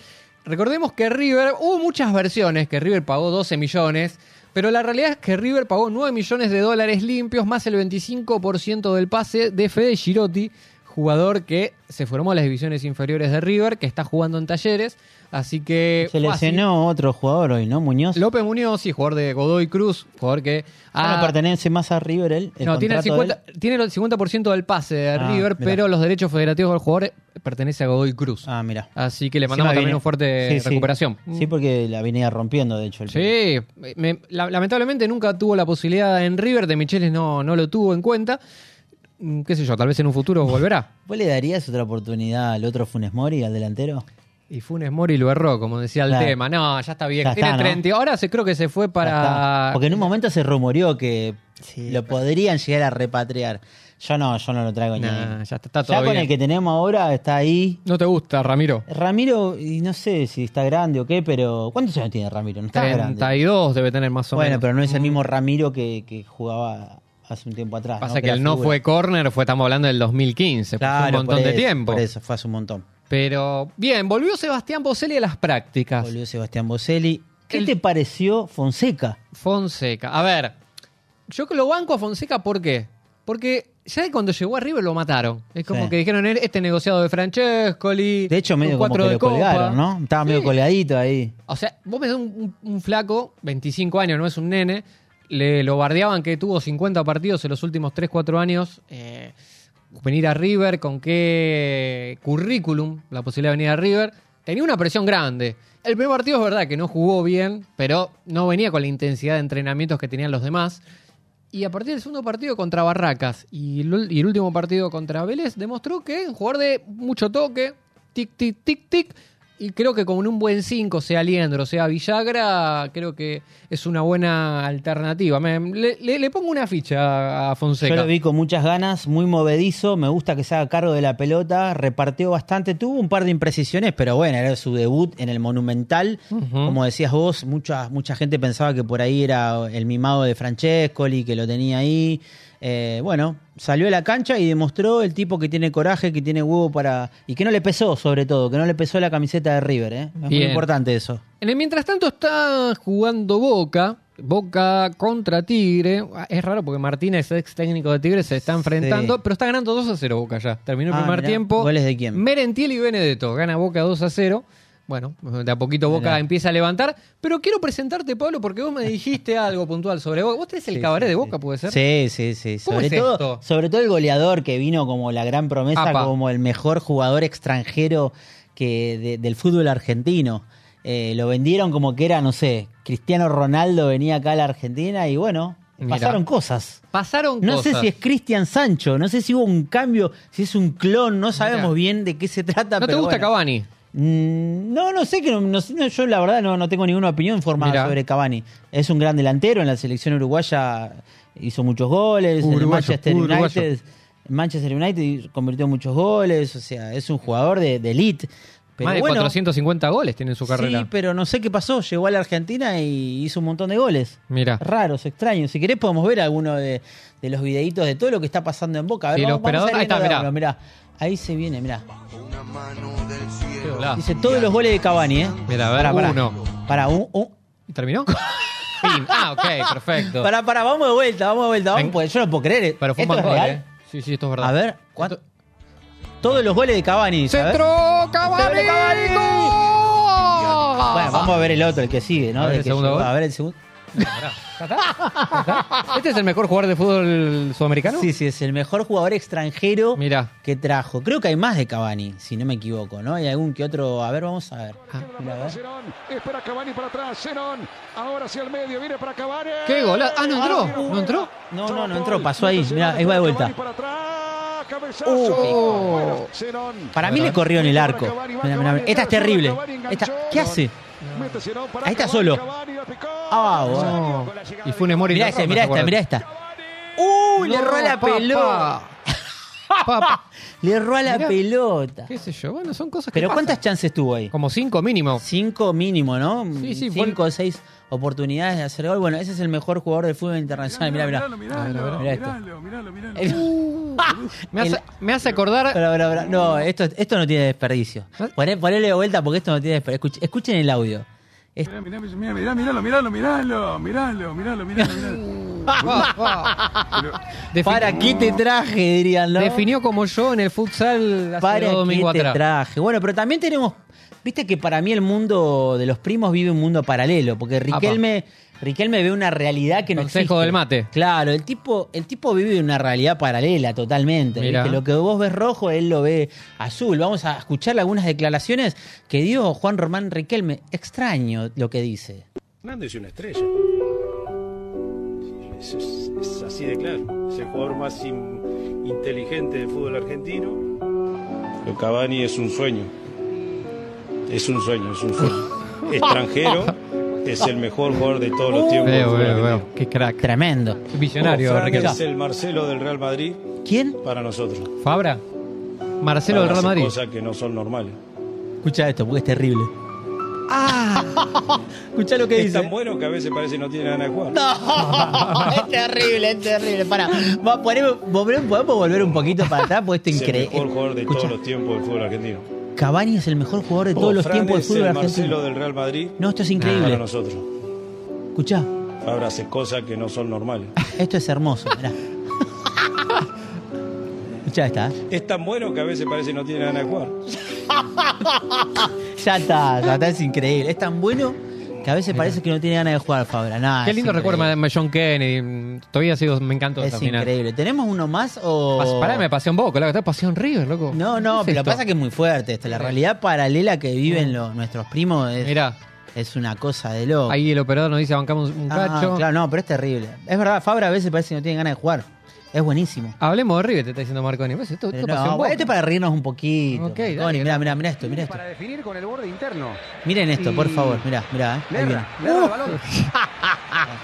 Speaker 3: Recordemos que River, hubo muchas versiones, que River pagó 12 millones, pero la realidad es que River pagó 9 millones de dólares limpios, más el 25% del pase de Fede Girotti, jugador que se formó en las divisiones inferiores de River, que está jugando en talleres, así que...
Speaker 4: Se
Speaker 3: fácil.
Speaker 4: lesionó otro jugador hoy, ¿no? Muñoz.
Speaker 3: López Muñoz, sí, jugador de Godoy Cruz, jugador que...
Speaker 4: Ya
Speaker 3: ha-
Speaker 4: Ah, no pertenece más a River él. El
Speaker 3: Ah. no, tiene el,
Speaker 4: contrato de él.
Speaker 3: 50, tiene el 50% del pase de
Speaker 4: Ah,
Speaker 3: River,
Speaker 4: mirá.
Speaker 3: pero los derechos federativos del jugador eh, pertenece a Godoy Cruz.
Speaker 4: Ah, mira.
Speaker 3: Así que le mandamos también un fuerte recuperación. Mm.
Speaker 4: Sí. porque la venía rompiendo, de hecho. el pibe.
Speaker 3: Sí, me- la- lamentablemente nunca tuvo la posibilidad en River, de Micheles no, no lo tuvo en cuenta. Mm, Qué sé yo, tal vez en un futuro volverá.
Speaker 4: ¿Vos le darías otra oportunidad al otro Funes Mori, al delantero?
Speaker 3: Y Funes Mori lo erró, como decía el
Speaker 4: Claro.
Speaker 3: tema. No, ya está bien.
Speaker 4: Ya
Speaker 3: Tiene
Speaker 4: está, ¿no?
Speaker 3: 30. Ahora se, creo que se fue
Speaker 4: Ya
Speaker 3: para...
Speaker 4: está. Porque en un momento se rumoreó que
Speaker 3: Sí,
Speaker 4: lo podrían llegar a repatriar. Yo no, yo no lo traigo ni.
Speaker 3: Nah,
Speaker 4: ahí.
Speaker 3: ya está- está todo
Speaker 4: ya con
Speaker 3: bien.
Speaker 4: el que tenemos ahora está ahí.
Speaker 3: No te gusta, Ramiro.
Speaker 4: Ramiro, y no sé si está grande o qué, pero ¿cuántos años tiene Ramiro? No está grande.
Speaker 3: 32 debe tener más o
Speaker 4: Bueno,
Speaker 3: menos. Mm.
Speaker 4: pero no es el mismo Ramiro que, que jugaba hace un tiempo atrás.
Speaker 3: Pasa que
Speaker 4: era
Speaker 3: el no
Speaker 4: figura.
Speaker 3: fue corner, fue, estamos hablando del 2015, fue
Speaker 4: Claro,
Speaker 3: un
Speaker 4: por
Speaker 3: montón de
Speaker 4: eso,
Speaker 3: tiempo.
Speaker 4: Por eso, fue hace un montón.
Speaker 3: Pero bien, volvió Sebastián Boselli a las prácticas.
Speaker 4: Volvió Sebastián Boselli. ¿Qué
Speaker 3: El-
Speaker 4: te pareció Fonseca?
Speaker 3: Fonseca. A ver, yo que lo banco a Fonseca, ¿por qué? Porque ya de cuando llegó a River lo mataron. Es como
Speaker 4: Sí.
Speaker 3: que dijeron, este negociado de Francescoli.
Speaker 4: De hecho, medio
Speaker 3: un
Speaker 4: como
Speaker 3: cuatro
Speaker 4: que
Speaker 3: de
Speaker 4: lo
Speaker 3: copa.
Speaker 4: colgaron, ¿no? Estaba medio
Speaker 3: Sí.
Speaker 4: colgadito ahí.
Speaker 3: O sea, vos ves un, un- un flaco, 25 años, no es un nene, le lo bardeaban que tuvo 50 partidos en los últimos 3, 4 años. eh, venir a River, con qué currículum la posibilidad de venir a River. Tenía una presión grande. El primer partido es verdad que no jugó bien, pero no venía con la intensidad de entrenamientos que tenían los demás. Y a partir del segundo partido contra Barracas y el, ul- y el último partido contra Vélez, demostró que es un jugador de mucho toque, tic, tic, tic, tic. Y creo que con un buen 5, sea Liendro, sea Villagra, creo que es una buena alternativa. Me- le, le- le pongo una ficha a Fonseca.
Speaker 4: Yo lo vi con muchas ganas, muy movedizo, me gusta que se haga cargo de la pelota, repartió bastante, tuvo un par de imprecisiones, pero bueno, era su debut en el Monumental.
Speaker 3: Ujú.
Speaker 4: Como decías vos, mucha, mucha gente pensaba que por ahí era el mimado de Francescoli, que lo tenía ahí. Eh, bueno, salió a la cancha y demostró el tipo que tiene coraje, que tiene huevo para... Y que no le pesó, sobre todo, que no le pesó la camiseta de River, ¿eh? Es muy
Speaker 3: Bien.
Speaker 4: importante eso.
Speaker 3: En el mientras tanto está jugando Boca, Boca contra Tigre. Ah, Es raro porque Martínez, ex técnico de Tigre, se está enfrentando,
Speaker 4: Sí.
Speaker 3: pero está ganando 2 a 0 Boca ya. Terminó el
Speaker 4: Ah,
Speaker 3: primer
Speaker 4: mirá.
Speaker 3: tiempo.
Speaker 4: ¿Goles de quién?
Speaker 3: Merentiel y Benedetto. Gana Boca 2 a 0. Bueno, de a poquito Boca
Speaker 4: Mirá.
Speaker 3: empieza a levantar. Pero quiero presentarte, Pablo, porque vos me dijiste algo puntual sobre Boca. ¿Vos tenés el
Speaker 4: Sí,
Speaker 3: cabaret de
Speaker 4: sí, sí.
Speaker 3: Boca, puede ser?
Speaker 4: Sí, sí, sí.
Speaker 3: ¿Cómo
Speaker 4: Sobre,
Speaker 3: es
Speaker 4: todo,
Speaker 3: esto?
Speaker 4: sobre todo el goleador que vino como la gran promesa,
Speaker 3: Apa.
Speaker 4: como el mejor jugador extranjero que de- del fútbol argentino. Eh, lo vendieron como que era, no sé, Cristiano Ronaldo venía acá a la Argentina y bueno,
Speaker 3: Mirá.
Speaker 4: pasaron cosas.
Speaker 3: Pasaron
Speaker 4: No
Speaker 3: cosas.
Speaker 4: sé si es Cristian Sancho, no sé si hubo un cambio, si es un clon, no sabemos
Speaker 3: Mirá.
Speaker 4: bien de qué se trata.
Speaker 3: ¿No te
Speaker 4: pero
Speaker 3: gusta
Speaker 4: bueno.
Speaker 3: Cavani?
Speaker 4: Mm, No, no sé que no, no sé, no, yo la verdad no, no tengo ninguna opinión formada
Speaker 3: Mirá.
Speaker 4: sobre Cavani. Es un gran delantero en la selección uruguaya, hizo muchos goles, en el
Speaker 3: Uruguayo,
Speaker 4: Manchester
Speaker 3: uruguayo.
Speaker 4: United, Manchester United convirtió muchos goles, o sea, es un jugador de, de elite. Pero
Speaker 3: Más de
Speaker 4: bueno,
Speaker 3: 450 goles tiene en su carrera.
Speaker 4: Sí, pero no sé qué pasó, llegó a la Argentina y hizo un montón de goles.
Speaker 3: Mira.
Speaker 4: Raros, extraños. Si querés podemos ver alguno de, de los videitos de todo lo que está pasando en Boca. A ver,
Speaker 3: Sí, el
Speaker 4: vamos, vamos
Speaker 3: operador- ahí
Speaker 4: saliendo
Speaker 3: está,
Speaker 4: de
Speaker 3: mirá.
Speaker 4: uno, mirá. Ahí se viene, mirá.
Speaker 3: Hola.
Speaker 4: Dice todos los goles de Cavani, ¿eh?
Speaker 3: Mirá, a ver,
Speaker 4: Pará, pará.
Speaker 3: uno.
Speaker 4: Pará, un, un-
Speaker 3: ¿Y terminó? Fin. Ah, ok, perfecto.
Speaker 4: pará, pará, vamos de vuelta, vamos de vuelta. vamos,
Speaker 3: Ven.
Speaker 4: porque yo no puedo creer. eh.
Speaker 3: Pero fue un
Speaker 4: ¿Esto es
Speaker 3: bancol,
Speaker 4: real?
Speaker 3: ¿eh? Sí, sí, esto es verdad.
Speaker 4: A ver, ¿cuánto? Todos los goles de Cavani. a ver.
Speaker 3: ¡Centro Cavani!
Speaker 4: ¡Centro, Cavani!
Speaker 3: ¡Gol!
Speaker 4: Bueno, vamos a ver el otro, el que sigue, ¿no?
Speaker 3: A ver
Speaker 4: De
Speaker 3: el
Speaker 4: que
Speaker 3: segundo
Speaker 4: llegó-
Speaker 3: gol.
Speaker 4: a ver el segundo.
Speaker 3: ¿Este es el mejor jugador de fútbol sudamericano?
Speaker 4: Sí, sí, es el mejor jugador extranjero
Speaker 3: Mirá.
Speaker 4: que trajo. Creo que hay más de Cavani, si no me equivoco, ¿no? Hay algún que otro. A ver, vamos a ver.
Speaker 3: Ah.
Speaker 4: Mirá, a ver.
Speaker 6: Cerón, espera Cavani para atrás, Cerón, ahora hacia el medio, viene para Cavani.
Speaker 3: ¡Qué gol! Ah, no entró.
Speaker 6: Tiro
Speaker 3: ¿No entró?
Speaker 6: fuera.
Speaker 4: No, no, no
Speaker 6: Gol.
Speaker 4: entró, pasó ahí.
Speaker 6: Minuto
Speaker 4: Mirá,
Speaker 6: Cerón,
Speaker 4: ahí va de vuelta.
Speaker 6: Cavani para atrás, cabezazo.
Speaker 4: Uh.
Speaker 6: Bueno, Cerón.
Speaker 4: Para mí le corrió en el arco.
Speaker 6: Cavani, va
Speaker 4: Mirá, mirá,
Speaker 6: Cavani,
Speaker 4: mirá. Esta es
Speaker 6: tercero,
Speaker 4: terrible.
Speaker 6: Cavani
Speaker 4: Esta-
Speaker 6: enganchó.
Speaker 4: ¿Qué hace?
Speaker 6: Mete Cerón para
Speaker 4: Ahí está
Speaker 6: Cavani,
Speaker 4: solo.
Speaker 6: Cavani la picó.
Speaker 4: Ah, bueno.
Speaker 3: No. Y Funes Mori.
Speaker 4: Mirá
Speaker 3: no
Speaker 4: ese,
Speaker 3: rompe
Speaker 4: mirá
Speaker 3: ese
Speaker 4: esta,
Speaker 3: guarda-
Speaker 4: mirá esta. ¡Uy! le
Speaker 3: No,
Speaker 4: erró la
Speaker 3: papá.
Speaker 4: pelota.
Speaker 3: pa,
Speaker 4: Le erró a la
Speaker 3: Mirá.
Speaker 4: pelota.
Speaker 3: qué sé yo. Bueno, son cosas que
Speaker 4: Pero
Speaker 3: pasan.
Speaker 4: ¿cuántas chances tuvo ahí?
Speaker 3: Como cinco mínimo.
Speaker 4: Cinco mínimo, ¿no?
Speaker 3: Sí, sí, fue-
Speaker 4: Cinco o seis oportunidades de hacer gol. Bueno, ese es el mejor jugador de fútbol internacional. Mirá, mirá. Mirá esto. Eh.
Speaker 3: Me hace, me hace acordar...
Speaker 4: Pará, pará, pará. No, esto, esto no tiene desperdicio.
Speaker 3: ¿Ah?
Speaker 4: Poné- ponele de vuelta porque esto no tiene desperdicio. Escuch- escuchen el audio. Es-
Speaker 6: Miralo, miralo, miralo, miralo, miralo, miralo.
Speaker 3: Ah, ah. Defin-
Speaker 4: ¿Para qué te traje? Dirían, ¿no?
Speaker 3: Definió como yo en el futsal hace
Speaker 4: Para
Speaker 3: dos domingos
Speaker 4: qué te
Speaker 3: atrás.
Speaker 4: traje. Bueno, pero también tenemos. Viste que para mí el mundo de los primos vive un mundo paralelo. Porque Riquelme, Riquelme ve una realidad que no
Speaker 3: Consejo
Speaker 4: existe.
Speaker 3: del mate.
Speaker 4: Claro, el tipo, el tipo vive una realidad paralela totalmente.
Speaker 3: Mirá.
Speaker 4: ¿viste? Lo que vos ves rojo, él lo ve azul. Vamos a escuchar algunas declaraciones que dio Juan Román Riquelme. Extraño lo que dice.
Speaker 7: Hernández es una estrella. Es, es- es así de claro. Es el jugador más in- inteligente del fútbol argentino. Lo Cavani es un sueño. Es un sueño, es un sueño. Extranjero, es el mejor jugador de todos
Speaker 4: Uh,
Speaker 7: los tiempos. del
Speaker 3: Veo,
Speaker 7: fútbol
Speaker 3: veo,
Speaker 7: argentino.
Speaker 3: veo. Qué crack.
Speaker 4: Tremendo.
Speaker 3: Visionario,
Speaker 7: Fran
Speaker 3: Riquelme.
Speaker 7: es el Marcelo del Real Madrid
Speaker 4: ¿Quién?
Speaker 7: para nosotros.
Speaker 3: Fabra. Marcelo del
Speaker 7: Para
Speaker 3: Real
Speaker 7: hacer
Speaker 3: Madrid.
Speaker 7: Cosas que no son normales.
Speaker 4: Escucha esto, porque es terrible. Ah. Escucha lo que
Speaker 7: Es
Speaker 4: dice.
Speaker 7: tan bueno que a veces parece que no tiene ganas de jugar.
Speaker 4: No, es terrible, es terrible. Pará, va, poneme- volvemos- podemos volver un poquito para atrás porque
Speaker 7: Es
Speaker 4: esto es
Speaker 7: el mejor
Speaker 4: increíble.
Speaker 7: jugador de
Speaker 4: Escuchá.
Speaker 7: todos los tiempos del fútbol argentino.
Speaker 4: Cavani es el mejor jugador de todos los
Speaker 7: Fran
Speaker 4: tiempos del
Speaker 7: es
Speaker 4: fútbol
Speaker 7: el
Speaker 4: argentino.
Speaker 7: Marcelo del Real Madrid
Speaker 4: No, esto es
Speaker 7: para
Speaker 4: increíble.
Speaker 7: nosotros.
Speaker 4: Escucha,
Speaker 7: Fabra hace cosas que no son normales.
Speaker 4: esto es hermoso. Mirá. Ya está.
Speaker 7: Es tan bueno que a veces parece que no tiene ganas de jugar.
Speaker 4: Ya está, ya está, es increíble. Es tan bueno que a veces parece que no tiene ganas de jugar, Fabra. Nada,
Speaker 3: Qué
Speaker 4: Ah, es
Speaker 3: lindo recuerdo
Speaker 4: increíble.
Speaker 3: de John Kennedy. Mm, Todavía sigo, me encantó
Speaker 4: Es
Speaker 3: esa final.
Speaker 4: increíble. ¿Tenemos uno más o.?
Speaker 3: ¿eh? Pas- Pará, me pasé un poco, la verdad, pasé un River, loco.
Speaker 4: No, no, pero lo que pasa es que es muy fuerte esto. La realidad paralela que viven los- nuestros primos es,
Speaker 3: Mirá,
Speaker 4: es una cosa de loco.
Speaker 3: ahí el operador nos dice bancamos un
Speaker 4: Ah,
Speaker 3: cacho.
Speaker 4: claro, no, pero es terrible. Es verdad, Fabra a veces parece que no tiene ganas de jugar. Es buenísimo.
Speaker 3: Hablemos de River, te está diciendo Marconi. Pues Esto,
Speaker 4: Pero
Speaker 3: esto
Speaker 4: Eh, no,
Speaker 3: pasó en
Speaker 4: bueno,
Speaker 3: Boca.
Speaker 4: esto es para reírnos un poquito.
Speaker 3: Ok, dale,
Speaker 4: Tony, mirá, mirá, mirá esto, mirá esto.
Speaker 6: Para definir con el borde interno.
Speaker 4: Miren esto, por
Speaker 6: Y-
Speaker 4: favor, mirá, mirá. eh.
Speaker 6: Le
Speaker 4: Ahí
Speaker 6: erra, le
Speaker 4: viene.
Speaker 6: erra el balón.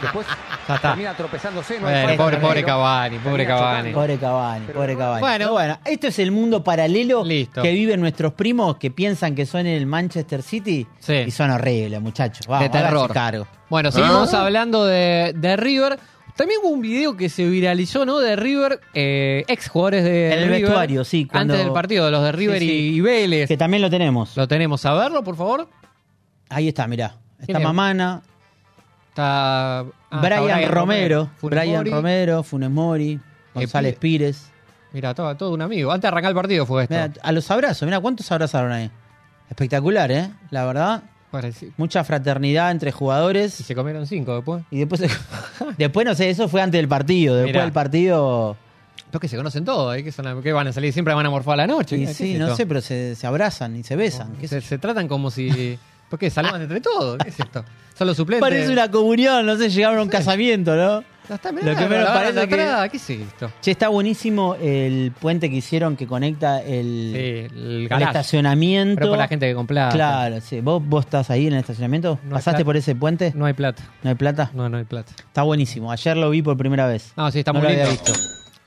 Speaker 6: Después
Speaker 3: Ya está.
Speaker 6: termina tropezándose. No
Speaker 3: Bueno,
Speaker 6: hay falta,
Speaker 3: pobre, pobre
Speaker 6: Guerrero.
Speaker 3: Cavani, pobre
Speaker 6: Termina
Speaker 3: Cavani.
Speaker 6: chocando.
Speaker 4: Pobre Cavani, pobre Cavani.
Speaker 3: Bueno.
Speaker 4: Pero bueno, esto es el mundo paralelo
Speaker 3: Listo.
Speaker 4: que viven nuestros primos que piensan que son el Manchester City
Speaker 3: Sí.
Speaker 4: y son horribles, muchachos. Vamos,
Speaker 3: de terror.
Speaker 4: háganse cargo.
Speaker 3: Bueno, seguimos hablando de, de River. También hubo un video que se viralizó, ¿no? De River, eh, ex jugadores de
Speaker 4: En el
Speaker 3: River,
Speaker 4: vestuario, sí, cuando-
Speaker 3: Antes del partido, los de River
Speaker 4: Sí, sí.
Speaker 3: y- y Vélez.
Speaker 4: Que también lo tenemos.
Speaker 3: Lo tenemos a verlo, por favor.
Speaker 4: Ahí está, mirá. Está
Speaker 3: es?
Speaker 4: Mamana,
Speaker 3: Está, ah, está
Speaker 4: Brian, Romero,
Speaker 3: Funes
Speaker 4: Brian
Speaker 3: Mori.
Speaker 4: Romero, Funes Mori, González
Speaker 3: Pi-
Speaker 4: Pires.
Speaker 3: Mirá, todo, todo un amigo. Antes de arrancar el partido fue esto.
Speaker 4: Mirá, a los abrazos, mira cuántos abrazaron ahí. Espectacular, ¿eh? La verdad,
Speaker 3: Parece-
Speaker 4: mucha fraternidad entre
Speaker 3: Y
Speaker 4: jugadores.
Speaker 3: se comieron cinco después.
Speaker 4: Y después, después no sé, eso fue antes del partido. Después
Speaker 3: Mirá.
Speaker 4: del partido,
Speaker 3: Los que se conocen todos, ¿eh? que, son la- que van a salir siempre van a morfar a la noche.
Speaker 4: y
Speaker 3: ¿Qué- qué
Speaker 4: sí,
Speaker 3: es
Speaker 4: no
Speaker 3: esto?
Speaker 4: sé, pero se, se abrazan y se besan. ¿Qué sé
Speaker 3: Se,
Speaker 4: yo?
Speaker 3: se tratan como si. ¿Por qué? Saludan entre todos. ¿Qué es esto? Son los suplentes.
Speaker 4: Parece una comunión, no sé, llegaron a un casamiento, ¿no?
Speaker 3: Ya está, mirá,
Speaker 4: Lo que menos
Speaker 3: la barra de
Speaker 4: parece que-
Speaker 3: atrás, ¿Qué es esto?
Speaker 4: Che, está buenísimo el puente que hicieron que conecta el,
Speaker 3: Sí, el
Speaker 4: el
Speaker 3: garaje.
Speaker 4: estacionamiento.
Speaker 3: Pero para la gente que con plata.
Speaker 4: Claro, sí. ¿Vos, vos estás ahí en el estacionamiento?
Speaker 3: No hay
Speaker 4: ¿Pasaste
Speaker 3: plata.
Speaker 4: por ese puente?
Speaker 3: No hay plata.
Speaker 4: ¿No hay plata?
Speaker 3: No, Ah. no hay plata.
Speaker 4: Está buenísimo. Ayer lo vi por primera vez.
Speaker 3: No, sí, está
Speaker 4: No
Speaker 3: muy
Speaker 4: lo
Speaker 3: lindo.
Speaker 4: había visto.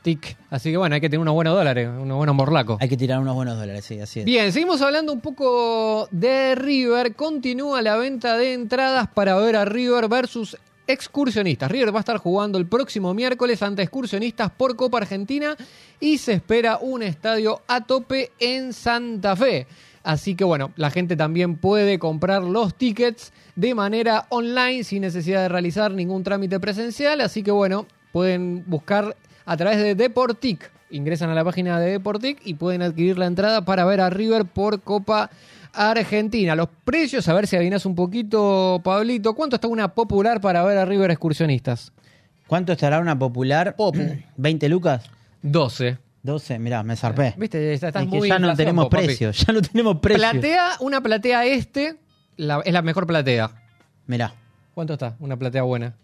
Speaker 3: Tic. Así que bueno, hay que tener unos buenos dólares, unos buenos morlacos.
Speaker 4: Hay que tirar unos buenos dólares, sí, así es.
Speaker 3: Bien, seguimos hablando un poco de River. Continúa la venta de entradas para ver a River versus excursionistas. River va a estar jugando el próximo miércoles ante excursionistas por Copa Argentina y se espera un estadio a tope en Santa Fe. Así que bueno, la gente también puede comprar los tickets de manera online sin necesidad de realizar ningún trámite presencial. Así que bueno, pueden buscar a través de Deportic. Ingresan a la página de Deportic y pueden adquirir la entrada para ver a River por Copa Argentina. Los precios, a ver si adivinas un poquito, Pablito. ¿Cuánto está una popular para ver a River excursionistas?
Speaker 4: ¿Cuánto estará una popular? 20 lucas.
Speaker 3: 12.
Speaker 4: 12, mirá, me zarpé.
Speaker 3: Eh, Viste, está- estás
Speaker 4: Es que
Speaker 3: muy
Speaker 4: ya no
Speaker 3: inflación,
Speaker 4: tenemos
Speaker 3: vos, papi.
Speaker 4: precios, ya no tenemos precios.
Speaker 3: Platea, una platea este la- es la mejor platea.
Speaker 4: Mirá,
Speaker 3: ¿Cuánto está? Una platea buena.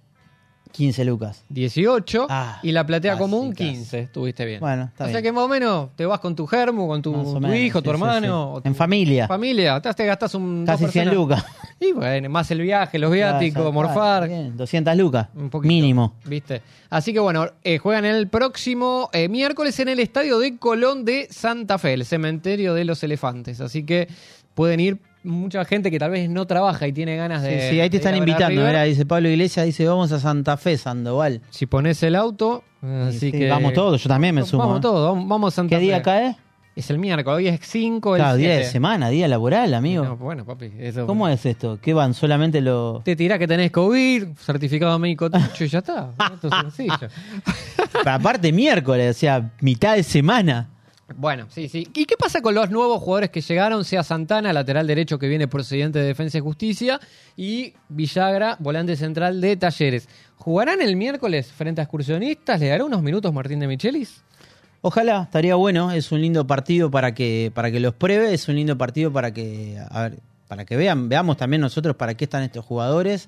Speaker 4: 15 lucas.
Speaker 3: 18
Speaker 4: Ah,
Speaker 3: y la platea
Speaker 4: casi,
Speaker 3: común
Speaker 4: casi.
Speaker 3: 15. Estuviste bien.
Speaker 4: Bueno, está
Speaker 3: o sea
Speaker 4: bien.
Speaker 3: que más o menos te vas con tu germu, con tu,
Speaker 4: Más o
Speaker 3: tu
Speaker 4: menos,
Speaker 3: hijo, tu
Speaker 4: sí, sí,
Speaker 3: hermano.
Speaker 4: sí.
Speaker 3: o tu
Speaker 4: En familia.
Speaker 3: Familia. Atrás te gastas un.
Speaker 4: Casi
Speaker 3: dos
Speaker 4: 100
Speaker 3: personas.
Speaker 4: lucas.
Speaker 3: Y bueno, más el viaje, los viáticos,
Speaker 4: Claro,
Speaker 3: morfar.
Speaker 4: bien, 200 lucas.
Speaker 3: Un poquito,
Speaker 4: mínimo.
Speaker 3: ¿Viste? Así que bueno, eh, juegan el próximo eh, miércoles en el estadio de Colón de Santa Fe, el cementerio de los elefantes. Así que pueden ir mucha gente que tal vez no trabaja y tiene ganas de.
Speaker 4: sí, sí, ahí
Speaker 3: Eh, de
Speaker 4: te están
Speaker 3: ir a ver a
Speaker 4: invitando.
Speaker 3: River.
Speaker 4: mirá, dice Pablo Iglesias, dice, vamos a Santa Fe, Sandoval.
Speaker 3: Si pones el auto. Así
Speaker 4: Sí, sí,
Speaker 3: que.
Speaker 4: Vamos todos, yo también me sumo.
Speaker 3: Vamos
Speaker 4: ¿eh?
Speaker 3: todos, vam- vamos a Santa
Speaker 4: ¿Qué día
Speaker 3: Fe.
Speaker 4: cae?
Speaker 3: Es el miércoles, hoy es 5, el
Speaker 4: Claro, día de
Speaker 3: siete.
Speaker 4: semana, día laboral, amigo.
Speaker 3: No, bueno, papi, eso-
Speaker 4: ¿Cómo es esto? ¿Qué van? ¿Solamente los...?
Speaker 3: Te tirás que tenés COVID, certificado médico tuyo y ya está. Esto es sencillo.
Speaker 4: Aparte miércoles, o sea, mitad de semana.
Speaker 3: Bueno, sí, sí. ¿Y qué pasa con los nuevos jugadores que llegaron? Sea Santana, lateral derecho que viene procedente de Defensa y Justicia, y Villagra, volante central de Talleres. ¿Jugarán el miércoles frente a excursionistas? ¿Le dará unos minutos Martín de Michelis?
Speaker 4: Ojalá, estaría bueno, es un lindo partido para que, para que los pruebe, es un lindo partido para que, a ver, para que vean, veamos también nosotros para qué están estos jugadores.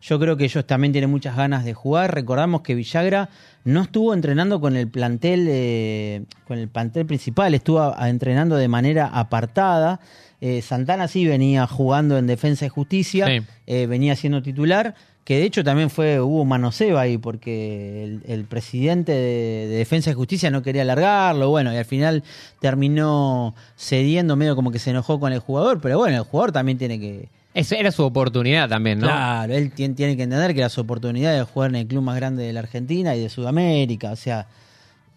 Speaker 4: Yo creo que ellos también tienen muchas ganas de jugar. Recordamos que Villagra no estuvo entrenando con el plantel, eh, con el plantel principal, estuvo a- a- entrenando de manera apartada. Eh, Santana sí venía jugando en defensa y justicia,
Speaker 3: Sí.
Speaker 4: eh, venía siendo titular, que de hecho también fue hubo manoseo ahí, porque el, el presidente de, de Defensa y Justicia no quería alargarlo, bueno, y al final terminó cediendo, medio como que se enojó con el jugador, pero bueno, el jugador también tiene que...
Speaker 3: Esa era su oportunidad también, ¿no?
Speaker 4: Claro, él tien- tiene que entender que las oportunidades de jugar en el club más grande de la Argentina y de Sudamérica, o sea,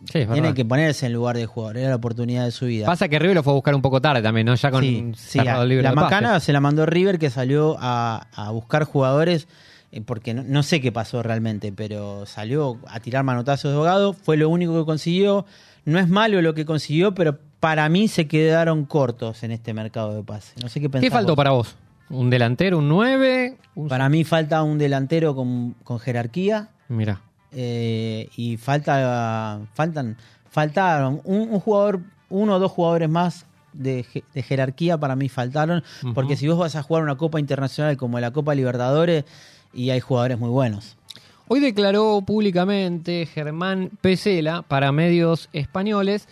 Speaker 3: Sí, es
Speaker 4: tiene
Speaker 3: verdad.
Speaker 4: que ponerse en lugar de jugador, era la oportunidad de su vida.
Speaker 3: Pasa que River lo fue a buscar un poco tarde también, ¿no? Ya con
Speaker 4: Sí, sí,
Speaker 3: cerrado
Speaker 4: a-
Speaker 3: el libro
Speaker 4: la
Speaker 3: de pases.
Speaker 4: macana se la mandó River que salió a, a buscar jugadores eh, porque no, no sé qué pasó realmente, pero salió a tirar manotazos de ahogado, fue lo único que consiguió. No es malo lo que consiguió, pero para mí se quedaron cortos en este mercado de pase. No sé qué pensás
Speaker 3: ¿Qué faltó
Speaker 4: vos.
Speaker 3: para vos? ¿Un delantero, un 9? Un...
Speaker 4: Para mí falta un delantero con, con jerarquía
Speaker 3: Mira.
Speaker 4: eh, y falta faltan faltaron un, un jugador uno o dos jugadores más de, je- de jerarquía para mí faltaron porque si vos vas a jugar una copa internacional como la Copa Libertadores y hay jugadores muy buenos
Speaker 3: Hoy declaró públicamente Germán Pesela para medios españoles.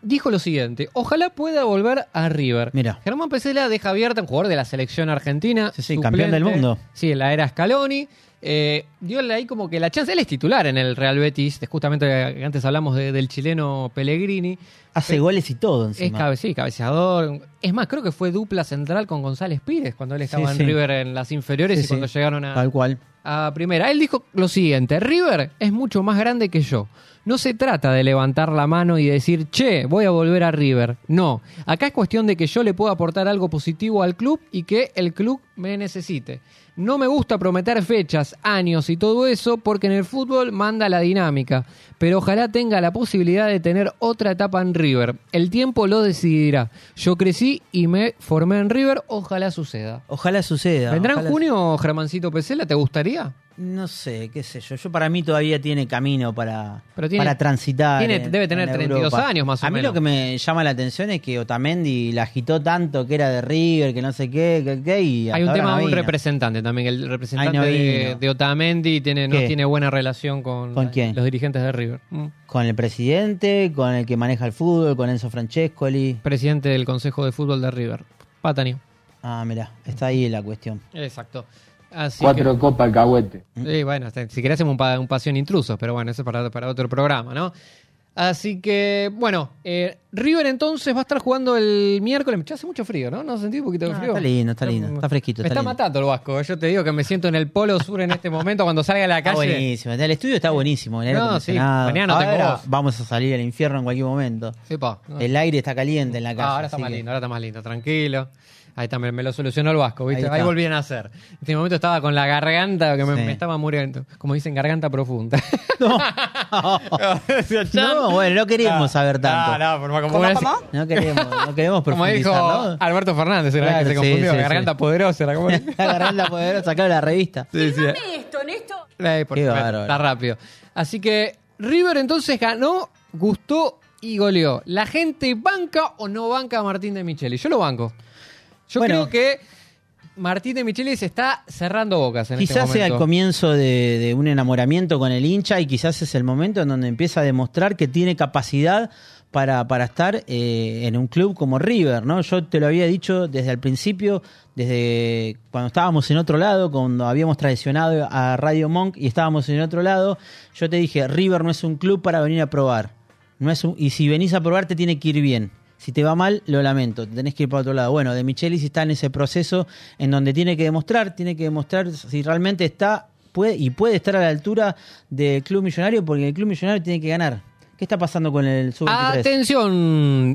Speaker 3: Dijo lo siguiente: Ojalá pueda volver a River.
Speaker 4: Mira.
Speaker 3: Germán Pesela deja abierta un jugador de la selección argentina.
Speaker 4: Sí, sí, campeón del mundo.
Speaker 3: Sí, en la era Scaloni. Eh, diole ahí como que la chance. Él es titular en el Real Betis. Justamente antes hablamos de- del chileno Pellegrini.
Speaker 4: hace goles y todo
Speaker 3: Es
Speaker 4: encima
Speaker 3: cabe- sí, cabeceador. Es más, creo que fue dupla central con González Pires cuando él estaba
Speaker 4: Sí,
Speaker 3: en
Speaker 4: sí.
Speaker 3: River en las inferiores
Speaker 4: Sí,
Speaker 3: y cuando
Speaker 4: sí,
Speaker 3: llegaron a,
Speaker 4: tal cual
Speaker 3: a primera. Él dijo lo siguiente, River es mucho más grande que yo. No se trata de levantar la mano y decir, che, voy a volver a River. No, acá es cuestión de que yo le pueda aportar algo positivo al club y que el club me necesite. No me gusta prometer fechas, años y todo eso porque en el fútbol manda la dinámica, pero ojalá tenga la posibilidad de tener otra etapa en River. El tiempo lo decidirá. Yo crecí y me formé en River, ojalá suceda.
Speaker 4: ojalá suceda
Speaker 3: ¿Vendrá en
Speaker 4: ojalá-
Speaker 3: junio Germancito Pesela? ¿Te gustaría?
Speaker 4: no sé qué sé yo yo para mí todavía tiene camino para
Speaker 3: Pero tiene-
Speaker 4: para transitar
Speaker 3: tiene-
Speaker 4: en-
Speaker 3: debe tener
Speaker 4: en
Speaker 3: 32
Speaker 4: Europa.
Speaker 3: años más o
Speaker 4: a mí
Speaker 3: menos.
Speaker 4: lo que me llama la atención es que Otamendi la agitó tanto que era de River que no sé qué que, que,
Speaker 3: Hay
Speaker 4: y hasta
Speaker 3: un
Speaker 4: ahora
Speaker 3: tema
Speaker 4: no
Speaker 3: de un
Speaker 4: vino.
Speaker 3: representante también. El representante
Speaker 4: Ay, no
Speaker 3: de,
Speaker 4: vino.
Speaker 3: de Otamendi tiene, no
Speaker 4: ¿Qué?
Speaker 3: tiene buena relación con,
Speaker 4: ¿Con quién?
Speaker 3: los dirigentes de River. Mm.
Speaker 4: Con el presidente, con el que maneja el fútbol, con Enzo Francescoli.
Speaker 3: Presidente del Consejo de Fútbol de River. Patani.
Speaker 4: Ah, mira, está ahí la cuestión.
Speaker 3: Exacto. Así
Speaker 8: Cuatro
Speaker 3: que-
Speaker 8: copas alcahuete.
Speaker 3: Sí, bueno, hasta- si querés hacemos un, pa- un pasión intrusos, pero bueno, eso es para, para otro programa, ¿no? Así que, bueno, eh, River entonces va a estar jugando el miércoles. Ya hace mucho frío, ¿no? ¿No sentí un poquito de
Speaker 4: Ah,
Speaker 3: frío?
Speaker 4: está lindo, está lindo, está fresquito,
Speaker 3: Me
Speaker 4: está
Speaker 3: está
Speaker 4: lindo.
Speaker 3: matando el Vasco. ¿eh? Yo te digo que me siento en el polo sur en este momento cuando salga a la
Speaker 4: Está
Speaker 3: calle.
Speaker 4: Ah, buenísimo. El estudio está buenísimo. el aire
Speaker 3: No, sí,
Speaker 4: acondicionado.
Speaker 3: mañana no tengo
Speaker 4: Ahora
Speaker 3: voz.
Speaker 4: vamos a salir al infierno en cualquier momento.
Speaker 3: Epa, no.
Speaker 4: El aire está caliente en la casa.
Speaker 3: Ah, ahora está
Speaker 4: así
Speaker 3: más
Speaker 4: que-
Speaker 3: lindo, ahora está más lindo, tranquilo. Ahí también me lo solucionó el Vasco, ¿viste?
Speaker 4: Ahí
Speaker 3: Ahí,
Speaker 4: está.
Speaker 3: volví a nacer. En este momento estaba con la garganta que me,
Speaker 4: Sí.
Speaker 3: me estaba muriendo. Como dicen, garganta profunda.
Speaker 4: No, bueno, no queremos saber tanto.
Speaker 3: Ah, No, no, por más como una-
Speaker 4: No queremos, no queremos
Speaker 3: Como dijo
Speaker 4: profundizar, ¿no?
Speaker 3: Alberto Fernández, era
Speaker 4: Claro,
Speaker 3: que se
Speaker 4: sí,
Speaker 3: confundió.
Speaker 4: sí,
Speaker 3: garganta
Speaker 4: sí.
Speaker 3: poderosa, era como.
Speaker 4: La garganta poderosa, claro, la revista.
Speaker 3: Sí, sí.
Speaker 9: esto, Néstor.
Speaker 3: Eh, por
Speaker 4: Qué
Speaker 3: supuesto,
Speaker 4: bárbaro.
Speaker 3: está rápido. Así que River entonces ganó, gustó y goleó. ¿La gente banca o no banca a Martín de Micheli? Yo lo banco. Yo
Speaker 4: Bueno.
Speaker 3: creo que Martín de Michelis está cerrando bocas en
Speaker 4: Quizás
Speaker 3: este
Speaker 4: sea el
Speaker 3: momento.
Speaker 4: comienzo de, de un enamoramiento con el hincha y quizás es el momento en donde empieza a demostrar que tiene capacidad para, para estar eh, en un club como River, ¿no? Yo te lo había dicho desde el principio, desde cuando estábamos en otro lado, cuando habíamos traicionado a Radio Monk y estábamos en otro lado, yo te dije, River no es un club para venir a probar. No es un- y si venís a probar, te tiene que ir bien. Si te va mal, lo lamento, te tenés que ir para otro lado. Bueno, De Michelis está en ese proceso en donde tiene que demostrar, tiene que demostrar si realmente está puede, y puede estar a la altura del Club Millonario, porque el Club Millonario tiene que ganar. ¿Qué está pasando con el Sub-23?
Speaker 3: Atención,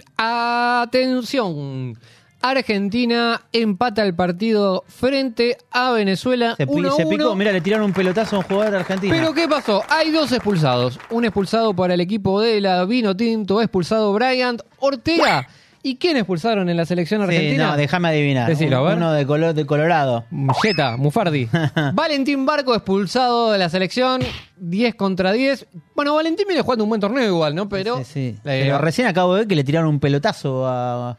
Speaker 3: atención. Argentina empata el partido frente a Venezuela.
Speaker 4: Se, pi-
Speaker 3: 1
Speaker 4: se picó, mira, le tiraron un pelotazo a un jugador argentino.
Speaker 3: Pero ¿qué pasó? Hay dos expulsados. Un expulsado para el equipo de la Vino Tinto, expulsado Bryant Ortega. ¿Y quién expulsaron en la selección
Speaker 4: Sí,
Speaker 3: argentina?
Speaker 4: no, déjame adivinar.
Speaker 3: Decilo, a ver.
Speaker 4: Uno de color de Colorado.
Speaker 3: Jeta, Mufardi. Valentín Barco expulsado de la selección, 10 contra 10. Bueno, Valentín viene jugando un buen torneo igual, ¿no? Pero,
Speaker 4: Sí, sí.
Speaker 3: eh,
Speaker 4: Pero recién acabo de ver que le tiraron un pelotazo a,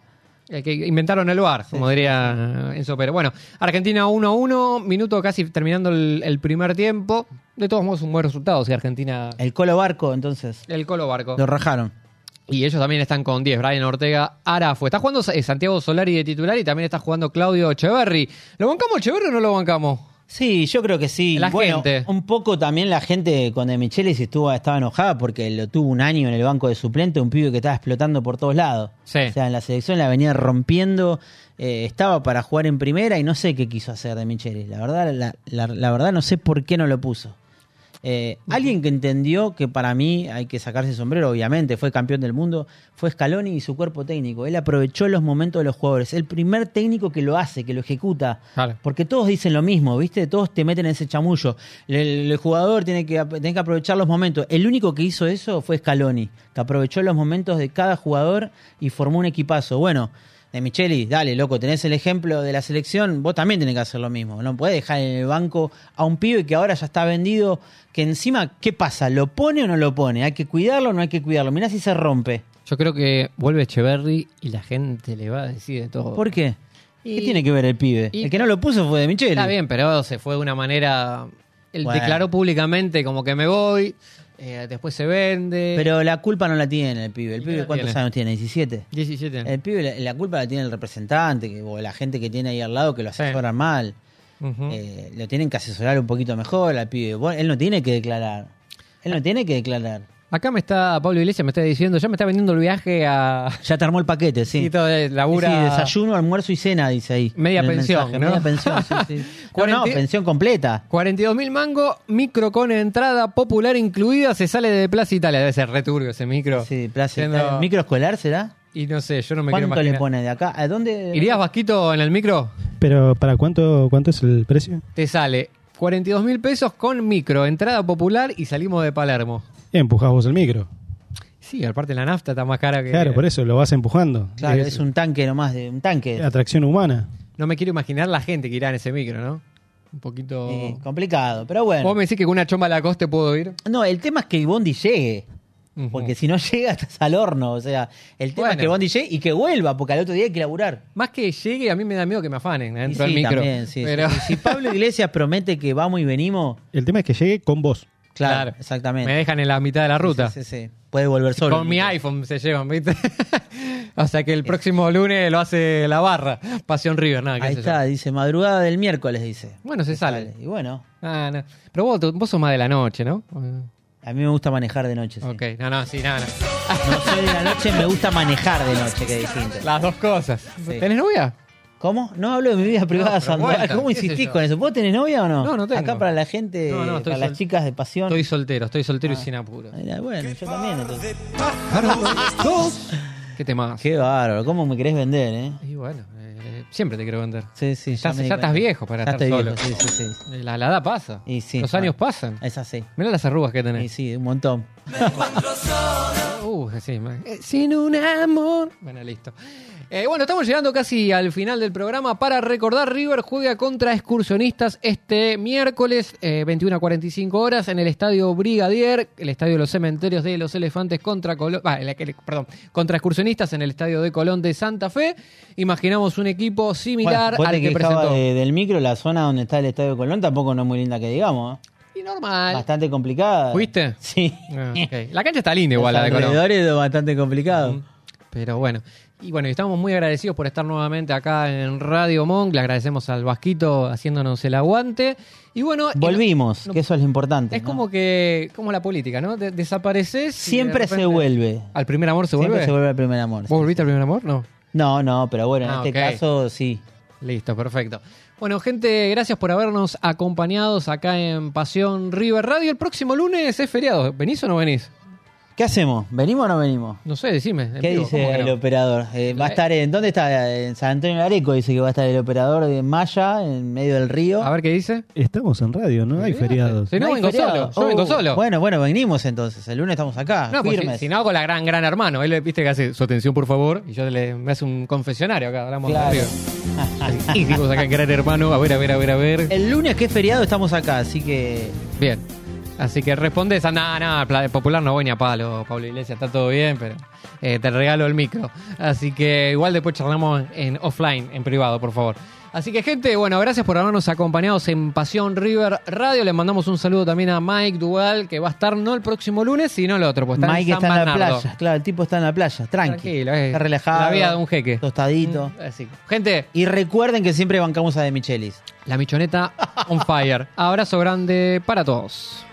Speaker 3: eh, que inventaron el bar, como diría eh, Enzo Pérez. Bueno, Argentina 1-1, minuto casi terminando el, el primer tiempo. De todos modos, un buen resultado si Argentina...
Speaker 4: el Colo Barco, entonces.
Speaker 3: El Colo Barco.
Speaker 4: Lo rajaron.
Speaker 3: Y ellos también están con 10, Brian Ortega, Arafo. Está jugando eh, Santiago Solari de titular y también está jugando Claudio Echeverri. ¿Lo bancamos Echeverri o no lo bancamos?
Speaker 4: Sí, yo creo que sí.
Speaker 3: La
Speaker 4: Bueno,
Speaker 3: gente.
Speaker 4: Un poco también la gente con De Michelis estuvo, estaba enojada porque lo tuvo un año en el banco de suplente, un pibe que estaba explotando por todos lados.
Speaker 3: Sí.
Speaker 4: O sea, en la selección la venía rompiendo, eh, estaba para jugar en primera y no sé qué quiso hacer De Michelis. La verdad, la, la- la verdad no sé por qué no lo puso. Eh, alguien que entendió que para mí hay que sacarse el sombrero, obviamente, fue campeón del mundo, fue Scaloni y su cuerpo técnico. Él aprovechó los momentos de los jugadores. El primer técnico que lo hace, que lo ejecuta.
Speaker 3: Claro.
Speaker 4: Porque todos dicen lo mismo, ¿viste? Todos te meten en ese chamullo. El, el jugador tiene que, tiene que aprovechar los momentos. El único que hizo eso fue Scaloni, que aprovechó los momentos de cada jugador y formó un equipazo. Bueno, de Micheli, dale, loco, tenés el ejemplo de la selección, vos también tenés que hacer lo mismo. No podés dejar en el banco a un pibe que ahora ya está vendido, que encima, ¿qué pasa? ¿Lo pone o no lo pone? ¿Hay que cuidarlo o no hay que cuidarlo? Mirá si se rompe.
Speaker 3: Yo creo que vuelve Echeverri y la gente le va a decir de todo.
Speaker 4: ¿Por qué?
Speaker 3: Y-
Speaker 4: ¿Qué tiene que ver el pibe?
Speaker 3: y-
Speaker 4: el que no lo puso fue de Micheli.
Speaker 3: Está bien, pero se fue de una manera... Él
Speaker 4: Bueno.
Speaker 3: declaró públicamente como que me voy, eh, después se vende.
Speaker 4: Pero la culpa no la tiene el pibe.
Speaker 3: ¿Y
Speaker 4: ¿El
Speaker 3: qué la
Speaker 4: pibe cuántos
Speaker 3: tiene?
Speaker 4: años tiene? ¿17?
Speaker 3: 17.
Speaker 4: El pibe, la, la culpa la tiene el representante que- o la gente que tiene ahí al lado que lo
Speaker 3: Sí.
Speaker 4: asesoran mal.
Speaker 3: Ujú.
Speaker 4: Eh, lo tienen que asesorar un poquito mejor al pibe. Vos- Él no tiene que declarar. Él no tiene que declarar.
Speaker 3: Acá me está Pablo Iglesias, me está diciendo, ya me está vendiendo el viaje a...
Speaker 4: Ya te armó el paquete, sí.
Speaker 3: Y todo, eh, labura-
Speaker 4: Sí, desayuno, almuerzo y cena, dice ahí.
Speaker 3: Media
Speaker 4: en el
Speaker 3: pensión, ¿no?
Speaker 4: Media pensión, sí, sí. No, no,
Speaker 3: Cuarenta-
Speaker 4: pensión completa.
Speaker 3: 42.000 mango, micro con entrada popular incluida, se sale de Plaza Italia. Debe ser returbio ese micro.
Speaker 4: Sí, plaza.
Speaker 3: Yendo-
Speaker 4: ¿Microescolar será?
Speaker 3: Y no sé, yo no me quiero
Speaker 4: ¿Cuánto le
Speaker 3: imaginar.
Speaker 4: pone de acá? ¿A dónde?
Speaker 3: ¿Irías Vasquito en el micro?
Speaker 5: Pero ¿para cuánto cuánto es el precio?
Speaker 3: Te sale 42.000 pesos con micro, entrada popular y salimos de Palermo.
Speaker 5: Empujás vos el micro.
Speaker 3: Sí, aparte la nafta está más cara que...
Speaker 5: Claro, por eso lo vas empujando.
Speaker 4: Claro, es un tanque nomás, de un tanque.
Speaker 5: atracción humana.
Speaker 3: No me quiero imaginar la gente que irá en ese micro, ¿no? Un poquito...
Speaker 4: Sí, complicado, pero bueno.
Speaker 3: ¿Vos me decís que con una chomba a la coste puedo ir?
Speaker 4: No, el tema es que el Bondi llegue.
Speaker 3: Ujú.
Speaker 4: Porque si no llega, estás al horno. O sea, el tema
Speaker 3: Bueno.
Speaker 4: es que el Bondi llegue y que vuelva, porque al otro día hay que laburar.
Speaker 3: Más que llegue, a mí me da miedo que me afanen
Speaker 4: Y
Speaker 3: dentro
Speaker 4: sí,
Speaker 3: del micro.
Speaker 4: también, sí, sí.
Speaker 3: Pero-
Speaker 4: Y Si Pablo Iglesias promete que vamos y venimos,
Speaker 5: El tema es que llegue con vos.
Speaker 4: claro, exactamente.
Speaker 3: Me dejan en la mitad de la ruta.
Speaker 4: Sí, sí, sí. Puede volver solo.
Speaker 3: Con mi iPhone se llevan, ¿viste? o sea que el próximo lunes lo hace la barra. Pasión River, nada, qué
Speaker 4: Ahí
Speaker 3: sé yo.
Speaker 4: está, dice, madrugada del miércoles, dice.
Speaker 3: Bueno, se sale.
Speaker 4: Y bueno,
Speaker 3: Ah, no. Pero vos, vos sos más de la noche, ¿no?
Speaker 4: a mí me gusta manejar de noche. sí.
Speaker 3: Ok, no, no, sí, nada, nada.
Speaker 4: No soy de la noche, me gusta manejar de noche, que es distinto.
Speaker 3: Las dos cosas.
Speaker 4: Sí.
Speaker 3: ¿Tenés novia?
Speaker 4: ¿Cómo? No hablo de mi vida privada,
Speaker 3: pero
Speaker 4: Sandoval.
Speaker 3: cuenta,
Speaker 4: ¿Cómo
Speaker 3: qué sé
Speaker 4: insistís
Speaker 3: yo.
Speaker 4: con eso? ¿Vos tenés novia o no?
Speaker 3: No, no tengo.
Speaker 4: Acá para la gente,
Speaker 3: No, no, estoy
Speaker 4: para
Speaker 3: sol-
Speaker 4: las chicas de pasión.
Speaker 3: Estoy soltero, estoy
Speaker 4: Ah.
Speaker 3: soltero y sin apuro.
Speaker 4: Mira, Bueno, yo también. entonces.
Speaker 3: ¿Qué tema?
Speaker 4: Qué bárbaro, ¿cómo me querés vender, eh?
Speaker 3: Y bueno, eh, siempre te quiero vender.
Speaker 4: Sí, sí.
Speaker 3: Estás-
Speaker 4: me di
Speaker 3: ya
Speaker 4: cuenta.
Speaker 3: estás viejo para
Speaker 4: Ya
Speaker 3: estar
Speaker 4: estoy
Speaker 3: solo.
Speaker 4: Viejo, sí, sí, sí.
Speaker 3: La, la edad pasa.
Speaker 4: Y sí,
Speaker 3: Los
Speaker 4: ah.
Speaker 3: años pasan. Eh.
Speaker 4: Es así.
Speaker 3: Mirá las arrugas que
Speaker 4: Y
Speaker 3: tenés.
Speaker 4: sí, un montón.
Speaker 3: Uh, sí, man. Eh, Sin un amor. Bueno, listo. Eh, bueno, estamos llegando casi al final del programa. Para recordar, River juega contra excursionistas este miércoles, eh, 21 a 45 horas, en el Estadio Brigadier, el Estadio de los Cementerios de los Elefantes contra Colo- ah, el- el- perdón, contra excursionistas en el Estadio de Colón de Santa Fe. Imaginamos un equipo similar
Speaker 4: Bueno, vos te
Speaker 3: al que
Speaker 4: quejabas
Speaker 3: presentó.
Speaker 4: de- del micro, la zona donde está el Estadio Colón tampoco no es muy linda que digamos. ¿eh?
Speaker 3: Y normal.
Speaker 4: Bastante complicada.
Speaker 3: ¿Fuiste?
Speaker 4: Sí.
Speaker 3: Ah, ok. La cancha está linda igual, la de
Speaker 4: Los
Speaker 3: Colón. Mm. Eh,
Speaker 4: alrededores bastante complicado.
Speaker 3: Pero bueno, y bueno, y estamos muy agradecidos por estar nuevamente acá en Radio Monk. Le agradecemos al Vasquito haciéndonos el aguante. Y bueno, y no-
Speaker 4: Volvimos,
Speaker 3: no-
Speaker 4: que eso es lo importante.
Speaker 3: es
Speaker 4: ¿no?
Speaker 3: como que, como la política, ¿no? De- desapareces. y de
Speaker 4: Siempre se
Speaker 3: repente-
Speaker 4: vuelve.
Speaker 3: ¿Al primer amor se
Speaker 4: Siempre
Speaker 3: vuelve?
Speaker 4: se vuelve al primer amor.
Speaker 3: ¿Vos volviste al primer amor? No.
Speaker 4: No, no, pero bueno, en
Speaker 3: Ah,
Speaker 4: este
Speaker 3: ok.
Speaker 4: caso sí.
Speaker 3: Listo, perfecto. Bueno, gente, gracias por habernos acompañados acá en Pasión River Radio. El próximo lunes es feriado. ¿Venís o no venís?
Speaker 4: ¿Qué hacemos? ¿Venimos o no venimos?
Speaker 3: No sé, decime. en
Speaker 4: ¿Qué
Speaker 3: vivo,
Speaker 4: dice
Speaker 3: ¿cómo que
Speaker 4: el
Speaker 3: no?
Speaker 4: operador? Eh, va a estar en. ¿Dónde está? En San Antonio de Areco dice que va a estar el operador de Maya, en medio del río.
Speaker 3: A ver qué dice.
Speaker 5: Estamos en radio, no hay feriados.
Speaker 3: Si no,
Speaker 4: hay
Speaker 3: vengo solo.
Speaker 4: feriado.
Speaker 3: Yo vengo
Speaker 4: Oh,
Speaker 3: solo.
Speaker 4: Bueno, bueno, venimos entonces. El lunes estamos acá,
Speaker 3: No, pues si,
Speaker 4: firmes.
Speaker 3: si no hago la gran, gran hermano. Él, viste, que hace su atención, por favor. Y yo le, me hace un confesionario acá. Hablamos de
Speaker 4: Claro.
Speaker 3: arriba. Así, Y digo, acá, gran hermano. A ver, a ver, a ver, a ver.
Speaker 4: El lunes que es feriado estamos acá, así que.
Speaker 3: Bien. Así que respondes a nada, nada. pla- Popular no voy ni a palo, Pablo Iglesias. Está todo bien, pero eh, te regalo el micro. Así que igual después charlamos en offline, en privado, por favor. Así que, gente, bueno, gracias por habernos acompañado en Pasión River Radio. Le mandamos un saludo también a Mike Duval, que va a estar no el próximo lunes, sino el otro, pues está
Speaker 4: Mike
Speaker 3: en San
Speaker 4: está en la
Speaker 3: Bernardo.
Speaker 4: playa. Claro, el tipo está en la playa, tranqui.
Speaker 3: Tranquilo, eh.
Speaker 4: Está relajado.
Speaker 3: La vida de un jeque. Mm.
Speaker 4: Tostadito.
Speaker 3: Así. Gente,
Speaker 4: Y recuerden que siempre bancamos a De Michelis.
Speaker 3: la michoneta on fire. Abrazo grande para todos.